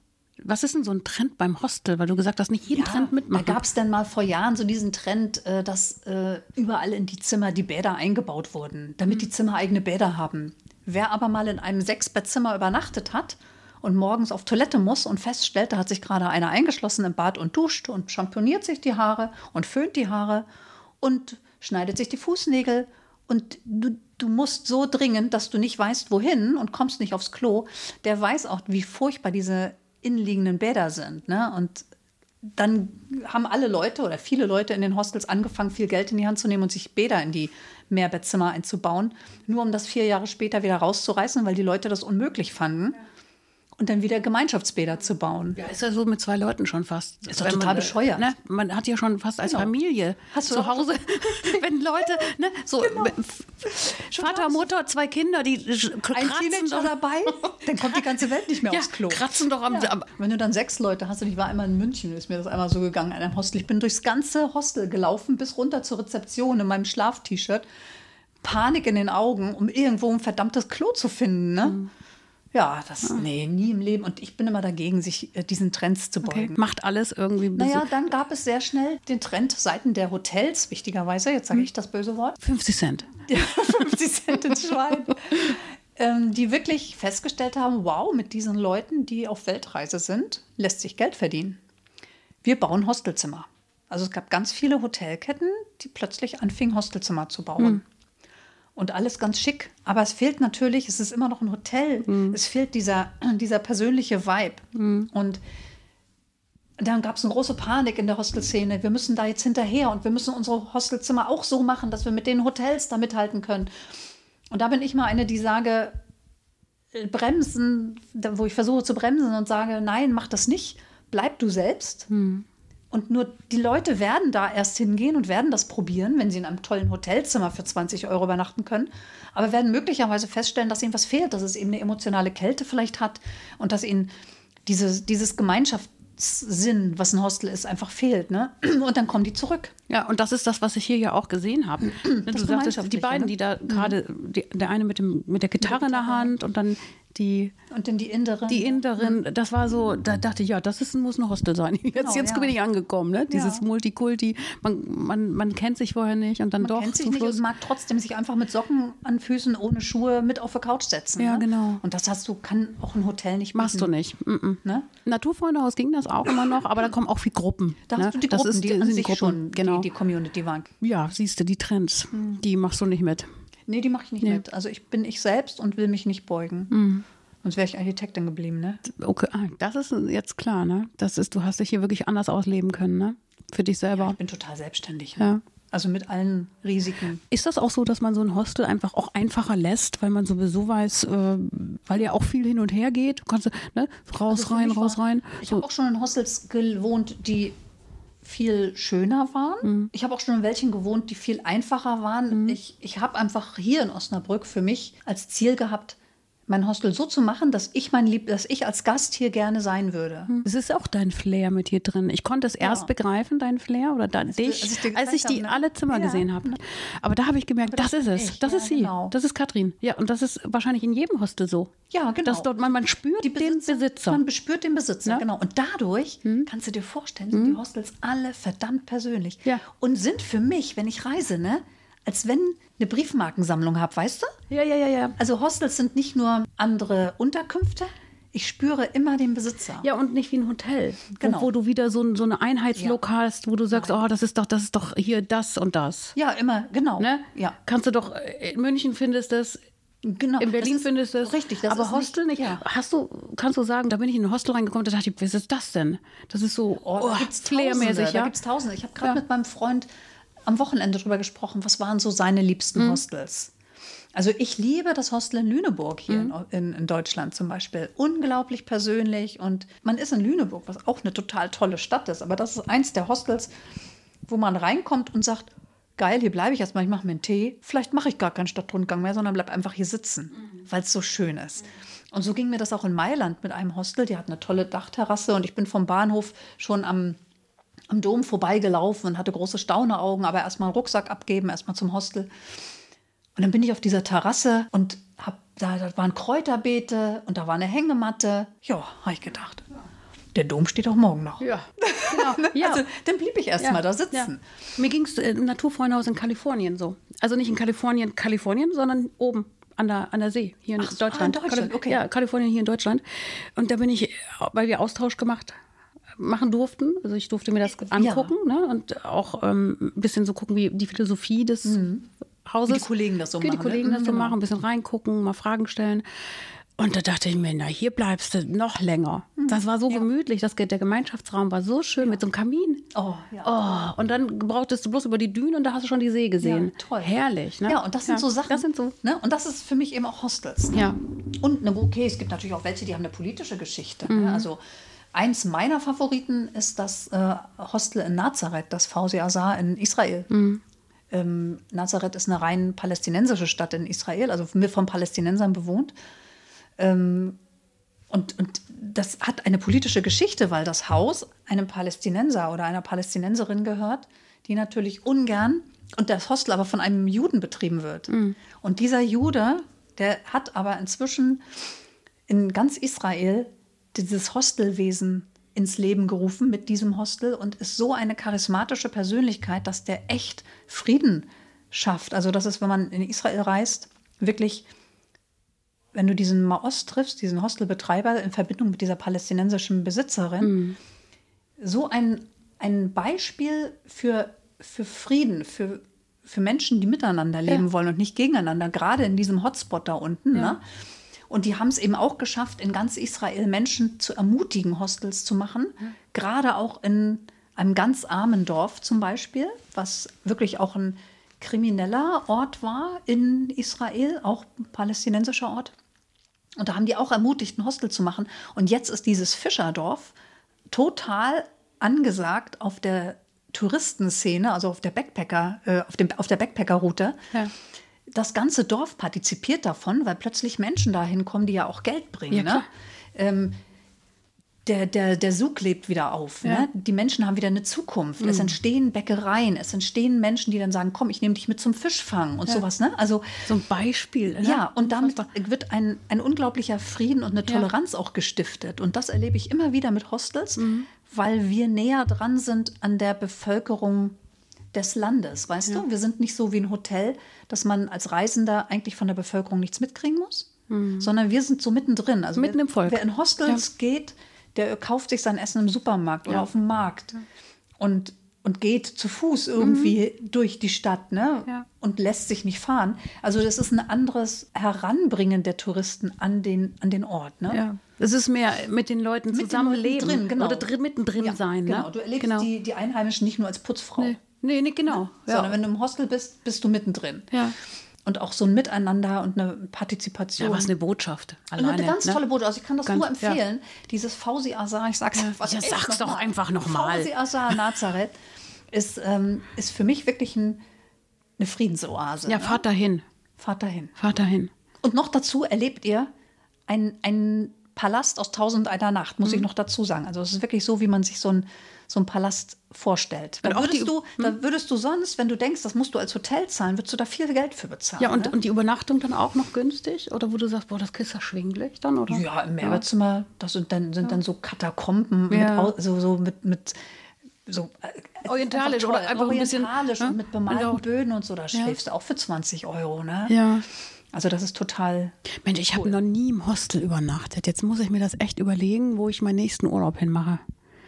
Speaker 1: Was ist denn so ein Trend beim Hostel? Weil du gesagt hast, nicht jeden
Speaker 2: Ja,
Speaker 1: Trend mitmachen.
Speaker 2: Da gab es dann mal vor Jahren so diesen Trend, äh, dass äh, überall in die Zimmer die Bäder eingebaut wurden, damit
Speaker 1: Mhm.
Speaker 2: die Zimmer eigene Bäder haben. Wer aber mal in einem Sechsbettzimmer übernachtet hat und morgens auf Toilette muss und feststellt, da hat sich gerade einer eingeschlossen im Bad und duscht und schamponiert sich die Haare und föhnt die Haare und schneidet sich die Fußnägel und du, du musst so dringend, dass du nicht weißt, wohin und kommst nicht aufs Klo, der weiß auch, wie furchtbar diese innenliegenden Bäder sind. Ne? Und dann haben alle Leute oder viele Leute in den Hostels angefangen, viel Geld in die Hand zu nehmen und sich Bäder in die Mehrbettzimmer einzubauen, nur um das vier Jahre später wieder rauszureißen, weil die Leute das unmöglich fanden. Und dann wieder Gemeinschaftsbäder zu bauen.
Speaker 1: Ja, ist ja so mit zwei Leuten schon fast.
Speaker 2: Ist doch
Speaker 1: Wenn
Speaker 2: total
Speaker 1: man, äh,
Speaker 2: bescheuert.
Speaker 1: Ne, man hat ja schon fast als
Speaker 2: Genau.
Speaker 1: Familie
Speaker 2: Hast du
Speaker 1: zu
Speaker 2: doch-
Speaker 1: Hause, wenn Leute, ne, so äh, f- Vater,
Speaker 2: hast-
Speaker 1: Mutter, zwei Kinder, die sch-
Speaker 2: Ein
Speaker 1: kratzen
Speaker 2: Teenager
Speaker 1: doch,
Speaker 2: dabei, dann kommt die ganze Welt nicht mehr
Speaker 1: ja,
Speaker 2: aufs Klo.
Speaker 1: kratzen doch am,
Speaker 2: Ja.
Speaker 1: am
Speaker 2: Wenn du dann sechs Leute hast, und ich war einmal in München, ist mir das einmal so gegangen, in einem Hostel. Ich bin durchs ganze Hostel gelaufen, bis runter zur Rezeption in meinem Schlaf-T-Shirt. Panik in den Augen, um irgendwo ein verdammtes Klo zu finden, ne? Ja, das, nee, nie im Leben. Und ich bin immer dagegen, sich äh, diesen Trends zu
Speaker 1: okay.
Speaker 2: beugen.
Speaker 1: macht alles irgendwie.
Speaker 2: Naja, dann gab es sehr schnell den Trend seiten der Hotels, wichtigerweise, jetzt sage ich das böse Wort,
Speaker 1: 50 Cent.
Speaker 2: ja, 50 Cent ins Schwein. ähm, die wirklich festgestellt haben, wow, mit diesen Leuten, die auf Weltreise sind, lässt sich Geld verdienen. Wir bauen Hostelzimmer. Also es gab ganz viele Hotelketten, die plötzlich anfingen, Hostelzimmer zu bauen. Und alles ganz schick. Aber es fehlt natürlich, es ist immer noch ein Hotel. Es fehlt dieser, dieser persönliche Vibe. Und dann gab es eine große Panik in der Hostelszene. Wir müssen da jetzt hinterher und wir müssen unsere Hostelzimmer auch so machen, dass wir mit den Hotels da mithalten können. Und da bin ich mal eine, die sage, äh, bremsen, da- wo ich versuche zu bremsen und sage, nein, mach das nicht, bleib du selbst. Und nur die Leute werden da erst hingehen und werden das probieren, wenn sie in einem tollen Hotelzimmer für 20 Euro übernachten können. Aber werden möglicherweise feststellen, dass ihnen was fehlt, dass es eben eine emotionale Kälte vielleicht hat und dass ihnen dieses, dieses Gemeinschaftssinn, was ein Hostel ist, einfach fehlt. Ne? Und dann kommen die zurück.
Speaker 1: Ja, und das ist das, was ich hier ja auch gesehen habe. Ne, Du sagtest, die
Speaker 2: Gemeinschaftliche,
Speaker 1: beiden,
Speaker 2: ne?
Speaker 1: die da gerade, die- der eine mit, dem, mit der Gitarre in der Hand und dann die
Speaker 2: Und dann die Inderin.
Speaker 1: die Inderin, das war so, da dachte ich, ja, das ist, muss ein Hostel sein. Jetzt,
Speaker 2: Genau,
Speaker 1: jetzt
Speaker 2: ja.
Speaker 1: bin ich angekommen, ne? Dieses
Speaker 2: Ja.
Speaker 1: Multikulti, man, man, man kennt sich vorher nicht und dann
Speaker 2: man
Speaker 1: doch
Speaker 2: kennt sich
Speaker 1: zum
Speaker 2: nicht
Speaker 1: Schluss.
Speaker 2: und mag trotzdem sich einfach mit Socken an Füßen ohne Schuhe mit auf der Couch setzen.
Speaker 1: Ja,
Speaker 2: ne?
Speaker 1: genau.
Speaker 2: Und das hast du, kann auch ein Hotel nicht
Speaker 1: Machst du
Speaker 2: bieten,
Speaker 1: nicht. Mm -mm.
Speaker 2: Ne?
Speaker 1: Naturfreundehaus ging das auch immer noch, aber da kommen auch viel Gruppen.
Speaker 2: Da
Speaker 1: ne?
Speaker 2: hast du die
Speaker 1: das
Speaker 2: Gruppen,
Speaker 1: ist,
Speaker 2: die an
Speaker 1: sind
Speaker 2: sich
Speaker 1: die Gruppen,
Speaker 2: schon
Speaker 1: genau.
Speaker 2: die, Mhm. die Community waren.
Speaker 1: ja, siehst du, die Trends, die machst du nicht mit.
Speaker 2: Nee, die mache ich nicht
Speaker 1: Nee. Mhm.
Speaker 2: mit. Also ich bin ich selbst und will mich nicht beugen. Sonst wäre ich Architektin geblieben, ne?
Speaker 1: Okay, ah, das ist jetzt klar, ne? Das ist, du hast dich hier wirklich anders ausleben können, ne? Für dich selber.
Speaker 2: Ich bin total selbstständig.
Speaker 1: Ja.
Speaker 2: Ne? Also mit allen Risiken.
Speaker 1: Ist das auch so, dass man so ein Hostel einfach auch einfacher lässt, weil man sowieso weiß, äh, weil ja auch viel hin und her geht? Du kannst ne, raus,
Speaker 2: Also für
Speaker 1: rein,
Speaker 2: mich
Speaker 1: raus,
Speaker 2: war,
Speaker 1: rein.
Speaker 2: Ich
Speaker 1: So,
Speaker 2: habe auch schon in Hostels gewohnt, die viel schöner
Speaker 1: Mhm.
Speaker 2: waren. Ich habe auch schon in welchen gewohnt, die viel einfacher waren. Ich, ich habe einfach hier in Osnabrück für mich als Ziel gehabt, mein Hostel so zu machen, dass ich mein Lieb, dass ich als Gast hier gerne sein würde.
Speaker 1: es ist auch dein Flair mit hier drin. Ich konnte es erst begreifen, dein Flair oder da, dich,
Speaker 2: als
Speaker 1: als
Speaker 2: ich dir
Speaker 1: ich,
Speaker 2: gezeigt
Speaker 1: die
Speaker 2: habe, ne?
Speaker 1: alle Zimmer
Speaker 2: Ja.
Speaker 1: gesehen habe. ne? Aber da habe ich gemerkt, das,
Speaker 2: das
Speaker 1: ist
Speaker 2: bin
Speaker 1: es.
Speaker 2: ich.
Speaker 1: Das
Speaker 2: Ja,
Speaker 1: ist sie.
Speaker 2: genau.
Speaker 1: Das ist Katrin. Ja, und das ist wahrscheinlich in jedem Hostel so.
Speaker 2: Ja, genau.
Speaker 1: Dass dort man, man spürt
Speaker 2: Die
Speaker 1: den Besitzer. Mhm.
Speaker 2: Man bespürt den Besitzer,
Speaker 1: Ne?
Speaker 2: genau. Und dadurch kannst du dir vorstellen, sind die Hostels alle verdammt persönlich.
Speaker 1: Mhm. Ja.
Speaker 2: Und sind für mich, wenn ich reise, ne, als wenn eine Briefmarkensammlung habe, weißt du?
Speaker 1: Ja, ja, ja, ja.
Speaker 2: Also Hostels sind nicht nur andere Unterkünfte. Ich spüre immer den Besitzer.
Speaker 1: Ja, und nicht wie ein Hotel,
Speaker 2: Genau.
Speaker 1: wo, wo du wieder so, ein- so eine Einheitslok
Speaker 2: Ja.
Speaker 1: hast, wo du sagst, oh, das ist doch, das ist doch hier das und das.
Speaker 2: Ja, immer, genau.
Speaker 1: Ne?
Speaker 2: Ja,
Speaker 1: Kannst du doch, äh, in München findest du es,
Speaker 2: genau.
Speaker 1: in Berlin
Speaker 2: Das ist
Speaker 1: findest du es.
Speaker 2: Richtig, das
Speaker 1: aber
Speaker 2: ist
Speaker 1: Hostel nicht.
Speaker 2: Ja.
Speaker 1: Hast du, kannst du sagen, da bin ich in ein Hostel reingekommen, da dachte ich, was ist das denn? Das ist so
Speaker 2: Oh,
Speaker 1: oh,
Speaker 2: da gibt's Tausende,
Speaker 1: flairmäßig,
Speaker 2: Da
Speaker 1: ja.
Speaker 2: gibt's Tausende. Ich habe gerade
Speaker 1: Ja.
Speaker 2: mit meinem Freund am Wochenende drüber gesprochen, was waren so seine liebsten
Speaker 1: Mhm.
Speaker 2: Hostels. Also ich liebe das Hostel in Lüneburg hier
Speaker 1: Mhm.
Speaker 2: in, in, in Deutschland zum Beispiel. Unglaublich persönlich und man ist in Lüneburg, was auch eine total tolle Stadt ist. Aber das ist eins der Hostels, wo man reinkommt und sagt, geil, hier bleibe ich erstmal, ich mache mir einen Tee. Vielleicht mache ich gar keinen Stadtrundgang mehr, sondern bleib einfach hier sitzen,
Speaker 1: Mhm.
Speaker 2: weil es so schön ist. Und so ging mir das auch in Mailand mit einem Hostel. Die hat eine tolle Dachterrasse und ich bin vom Bahnhof schon am, am Dom vorbeigelaufen und hatte große Stauneaugen, aber erstmal einen Rucksack abgeben, erstmal zum Hostel. Und dann bin ich auf dieser Terrasse und hab, da, da waren Kräuterbeete und da war eine Hängematte. Ja, habe ich gedacht. Der Dom steht auch morgen noch.
Speaker 1: Ja, genau. Ja.
Speaker 2: Also, dann blieb ich erstmal mal da sitzen.
Speaker 1: Ja. Mir ging es äh, im Naturfreundehaus in Kalifornien so. Also nicht in Kalifornien, Kalifornien, sondern oben an der, an der See, hier in
Speaker 2: Ach so, ah, in
Speaker 1: Deutschland.
Speaker 2: Deutschland,
Speaker 1: Kali-
Speaker 2: okay.
Speaker 1: Ja, Kalifornien hier in Deutschland. Und da bin ich, äh, weil wir Austausch gemacht machen durften, also ich durfte mir das
Speaker 2: Äh,
Speaker 1: angucken ne? und auch ähm, ein bisschen so gucken, wie die Philosophie des Hauses.
Speaker 2: Wie Mhm. die Kollegen das
Speaker 1: Wie
Speaker 2: so
Speaker 1: die
Speaker 2: machen, ne?
Speaker 1: Kollegen das
Speaker 2: Mhm,
Speaker 1: so
Speaker 2: genau.
Speaker 1: machen, ein bisschen reingucken, mal Fragen stellen. Und da dachte ich mir, na, hier bleibst du noch länger.
Speaker 2: Hm.
Speaker 1: Das war so gemütlich, das, der Gemeinschaftsraum war so schön mit so einem Kamin.
Speaker 2: Oh, ja.
Speaker 1: Oh, und dann brauchtest du bloß über die Düne und da hast du schon die See gesehen.
Speaker 2: Ja, toll.
Speaker 1: Herrlich, ne?
Speaker 2: Ja, und das sind so Sachen.
Speaker 1: Das sind so.
Speaker 2: Ne? Und das ist für mich eben auch Hostels. Ne?
Speaker 1: Ja.
Speaker 2: Und ne, okay, es gibt natürlich auch welche, die haben eine politische Geschichte.
Speaker 1: Mhm.
Speaker 2: Ne? Also eins meiner Favoriten ist das äh, Hostel in Nazareth, das VC Azar in Israel.
Speaker 1: Mhm.
Speaker 2: Ähm, Nazareth ist eine rein palästinensische Stadt in Israel, also mit- von Palästinensern bewohnt. Ähm, und, und das hat eine politische Geschichte, weil das Haus einem Palästinenser oder einer Palästinenserin gehört, die natürlich ungern und das Hostel aber von einem Juden betrieben wird. Und dieser Jude, der hat aber inzwischen in ganz Israel dieses Hostelwesen ins Leben gerufen mit diesem Hostel und ist so eine charismatische Persönlichkeit, dass der echt Frieden schafft. Also das ist, wenn man in Israel reist, wirklich wenn du diesen Maos triffst, diesen Hostelbetreiber in Verbindung mit dieser palästinensischen Besitzerin, so ein, ein Beispiel für, für Frieden, für, für Menschen, die miteinander leben wollen und nicht gegeneinander, gerade in diesem Hotspot da unten. Ne? Und die haben es eben auch geschafft, in ganz Israel Menschen zu ermutigen, Hostels zu machen, gerade auch in einem ganz armen Dorf zum Beispiel, was wirklich auch ein krimineller Ort war in Israel, auch ein palästinensischer Ort. Und da haben die auch ermutigt, ein Hostel zu machen. Und jetzt ist dieses Fischerdorf total angesagt auf der Touristenszene, also auf der Backpacker, äh, auf, dem, auf der Backpacker-Route.
Speaker 1: Ja.
Speaker 2: Das ganze Dorf partizipiert davon, weil plötzlich Menschen dahin kommen, die ja auch Geld bringen.
Speaker 1: Ja,
Speaker 2: ne?
Speaker 1: klar.
Speaker 2: ähm, ne? der, der, der Sug lebt wieder auf.
Speaker 1: Ja. Mhm.
Speaker 2: Ne? Die Menschen haben wieder eine Zukunft. Es entstehen Bäckereien, es entstehen Menschen, die dann sagen, komm, ich nehme dich mit zum Fischfang und sowas. Ne? Also
Speaker 1: So ein Beispiel. Ne?
Speaker 2: ja, und damit
Speaker 1: Unfassbar.
Speaker 2: wird ein, ein unglaublicher Frieden und eine Toleranz auch gestiftet. Und das erlebe ich immer wieder mit Hostels,
Speaker 1: Mhm.
Speaker 2: weil wir näher dran sind an der Bevölkerung des Landes, weißt du? Wir sind nicht so wie ein Hotel, dass man als Reisender eigentlich von der Bevölkerung nichts mitkriegen muss, sondern wir sind so mittendrin. Also
Speaker 1: Mhm. Mitten
Speaker 2: wer,
Speaker 1: im Volk.
Speaker 2: Wer in Hostels geht, der kauft sich sein Essen im Supermarkt oder
Speaker 1: Ja.
Speaker 2: auf dem Markt und, und geht zu Fuß irgendwie durch die Stadt, ne?
Speaker 1: Mhm. Ja.
Speaker 2: und lässt sich nicht fahren. Also das ist ein anderes Heranbringen der Touristen an den, an den Ort. Ne?
Speaker 1: Ja. Es ist mehr mit den Leuten
Speaker 2: Mit den
Speaker 1: zusammenleben
Speaker 2: Leuten drin, genau.
Speaker 1: oder drin, mittendrin
Speaker 2: Ja,
Speaker 1: sein.
Speaker 2: Genau,
Speaker 1: ne?
Speaker 2: du erlebst Die, die Einheimischen nicht nur als Putzfrau,
Speaker 1: Nee, nee, nee genau.
Speaker 2: sondern
Speaker 1: Ja.
Speaker 2: wenn du im Hostel bist, bist du mittendrin.
Speaker 1: Ja.
Speaker 2: Und auch so ein Miteinander und eine
Speaker 1: ja,
Speaker 2: Partizipation.
Speaker 1: was eine Botschaft.
Speaker 2: und
Speaker 1: Alleine,
Speaker 2: eine ganz
Speaker 1: ne?
Speaker 2: tolle Botschaft. Also ich kann das
Speaker 1: Ganz-
Speaker 2: nur
Speaker 1: ja.
Speaker 2: empfehlen. Dieses Fausi Azar, ich sag's einfach.
Speaker 1: ja,
Speaker 2: echt
Speaker 1: sag's
Speaker 2: noch
Speaker 1: doch
Speaker 2: mal.
Speaker 1: einfach noch mal.
Speaker 2: Fawzi Azar Nazareth ist, ähm, ist für mich wirklich ein, eine Friedensoase. ne?
Speaker 1: Ja, fahrt dahin.
Speaker 2: Fahrt dahin.
Speaker 1: Fahrt dahin.
Speaker 2: Und noch dazu erlebt ihr einen- einen Palast aus Tausend einer Nacht, muss ich
Speaker 1: Mhm.
Speaker 2: noch dazu sagen. Also es ist wirklich so, wie man sich so einen so einen Palast vorstellt. Da
Speaker 1: Und auch
Speaker 2: würdest,
Speaker 1: die- Mhm.
Speaker 2: du, da würdest du sonst, wenn du denkst, das musst du als Hotel zahlen, würdest du da viel Geld für bezahlen.
Speaker 1: Ja, und,
Speaker 2: ne?
Speaker 1: und die Übernachtung dann auch noch günstig? Oder wo du sagst, boah, das ist ja schwinglich dann, oder?
Speaker 2: ja im Mehrbettzimmer, das sind dann, sind dann so Katakomben, mit
Speaker 1: Ja.
Speaker 2: Au- so, so mit, mit so äh, es ist
Speaker 1: Orientalisch
Speaker 2: toll.
Speaker 1: oder einfach ein bisschen,
Speaker 2: orientalisch
Speaker 1: ne?
Speaker 2: und mit bemalten
Speaker 1: Und auch-
Speaker 2: Böden und so, da
Speaker 1: Ja.
Speaker 2: schläfst du auch für 20 Euro, ne?
Speaker 1: Ja.
Speaker 2: Also das ist total
Speaker 1: Mensch, ich habe noch nie im Hostel übernachtet. Jetzt muss ich mir das echt überlegen, wo ich meinen nächsten Urlaub hinmache.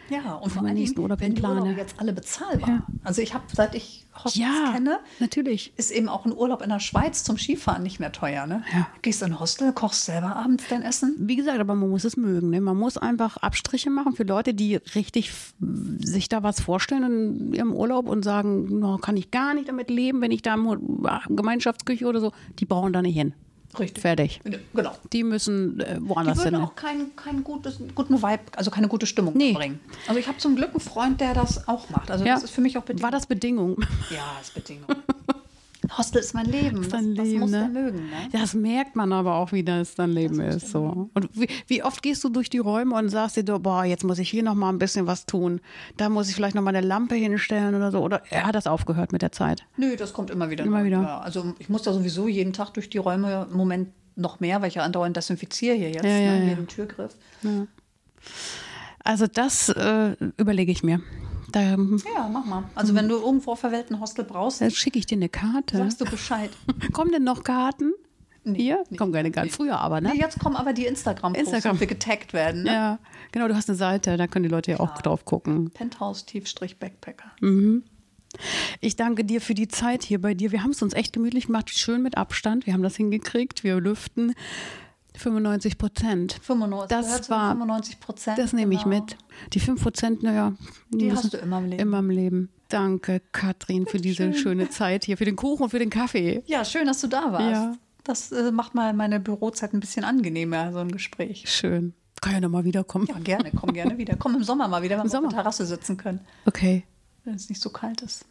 Speaker 2: Ja, und vor
Speaker 1: meinen
Speaker 2: allen
Speaker 1: nächsten
Speaker 2: Dingen,
Speaker 1: Urlaub
Speaker 2: wenn die
Speaker 1: plane.
Speaker 2: Urlaube jetzt alle bezahlbar.
Speaker 1: Ja.
Speaker 2: Also ich habe, seit ich Hostels
Speaker 1: Ja,
Speaker 2: kenne,
Speaker 1: natürlich.
Speaker 2: ist eben auch ein Urlaub in der Schweiz zum Skifahren nicht mehr teuer. Ne?
Speaker 1: Ja.
Speaker 2: Gehst in ein Hostel, kochst selber abends dein Essen.
Speaker 1: Wie gesagt, aber man muss es mögen. Ne? Man muss einfach Abstriche machen für Leute, die richtig f- sich da was vorstellen in ihrem Urlaub und sagen, no, kann ich gar nicht damit leben, wenn ich da im Ho- ah, Gemeinschaftsküche oder so. Die brauchen da nicht hin.
Speaker 2: Richtig.
Speaker 1: Fertig.
Speaker 2: Ja, Genau.
Speaker 1: Die müssen äh,
Speaker 2: Die
Speaker 1: woanders hin.
Speaker 2: würden
Speaker 1: ne?
Speaker 2: auch keinen kein gutes, guten Vibe, also keine gute Stimmung
Speaker 1: Nee.
Speaker 2: bringen. Also ich habe zum Glück einen Freund, der das auch macht. Also
Speaker 1: Ja.
Speaker 2: das ist für mich auch Bedingung.
Speaker 1: War das Bedingung?
Speaker 2: Ja, ist Bedingung. Hostel ist mein Leben. Das,
Speaker 1: Dein
Speaker 2: das
Speaker 1: Leben,
Speaker 2: muss
Speaker 1: ne?
Speaker 2: der mögen. Ne?
Speaker 1: Das merkt man aber auch, wie das dein Leben ist. So. Und wie, wie oft gehst du durch die Räume und sagst dir, so, boah, jetzt muss ich hier noch mal ein bisschen was tun. Da muss ich vielleicht noch mal eine Lampe hinstellen oder so. Oder er hat das aufgehört mit der Zeit.
Speaker 2: Nö, das kommt immer wieder.
Speaker 1: Immer
Speaker 2: neu.
Speaker 1: wieder.
Speaker 2: Ja, also ich muss da sowieso jeden Tag durch die Räume im Moment noch mehr, weil ich ja andauernd desinfiziere hier jetzt,
Speaker 1: Ja, ja,
Speaker 2: ne,
Speaker 1: ja.
Speaker 2: jeden Türgriff.
Speaker 1: Also das äh, überlege ich mir. Da ähm,
Speaker 2: Ja, mach mal. Also wenn du irgendwo auf der Welt ein Hostel brauchst,
Speaker 1: da schicke ich dir eine Karte.
Speaker 2: sagst du Bescheid.
Speaker 1: Kommen denn noch Karten? Hier?
Speaker 2: nee,
Speaker 1: Kommen keine Karten. Früher aber, ne?
Speaker 2: Nee, jetzt kommen aber die Instagram-Posts,
Speaker 1: Instagram.
Speaker 2: wo wir getaggt werden. Ne?
Speaker 1: Ja, genau, du hast eine Seite, da können die Leute ja auch drauf gucken.
Speaker 2: Penthouse-Backpacker.
Speaker 1: Hm. Ich danke dir für die Zeit hier bei dir. Wir haben es uns echt gemütlich gemacht, schön mit Abstand. Wir haben das hingekriegt. Wir lüften 95 Prozent.
Speaker 2: 95,
Speaker 1: Das
Speaker 2: gehört zu
Speaker 1: war-
Speaker 2: 95 Prozent.
Speaker 1: Das nehme ich
Speaker 2: genau.
Speaker 1: mit. Die 5 Prozent, naja,
Speaker 2: Die hast du immer im Leben.
Speaker 1: Immer im Leben. Danke, Katrin, für diese schöne Zeit hier, für den Kuchen und für den Kaffee.
Speaker 2: Ja, schön, dass du da warst.
Speaker 1: Ja.
Speaker 2: Das äh, macht mal meine Bürozeit ein bisschen angenehmer, so ein Gespräch.
Speaker 1: Schön. Kann ja nochmal wiederkommen.
Speaker 2: Ja, gerne, komm gerne wieder. Komm im Sommer mal wieder, wenn wir auf
Speaker 1: Sommer.
Speaker 2: der Terrasse sitzen können,
Speaker 1: Okay.
Speaker 2: wenn es nicht so kalt ist.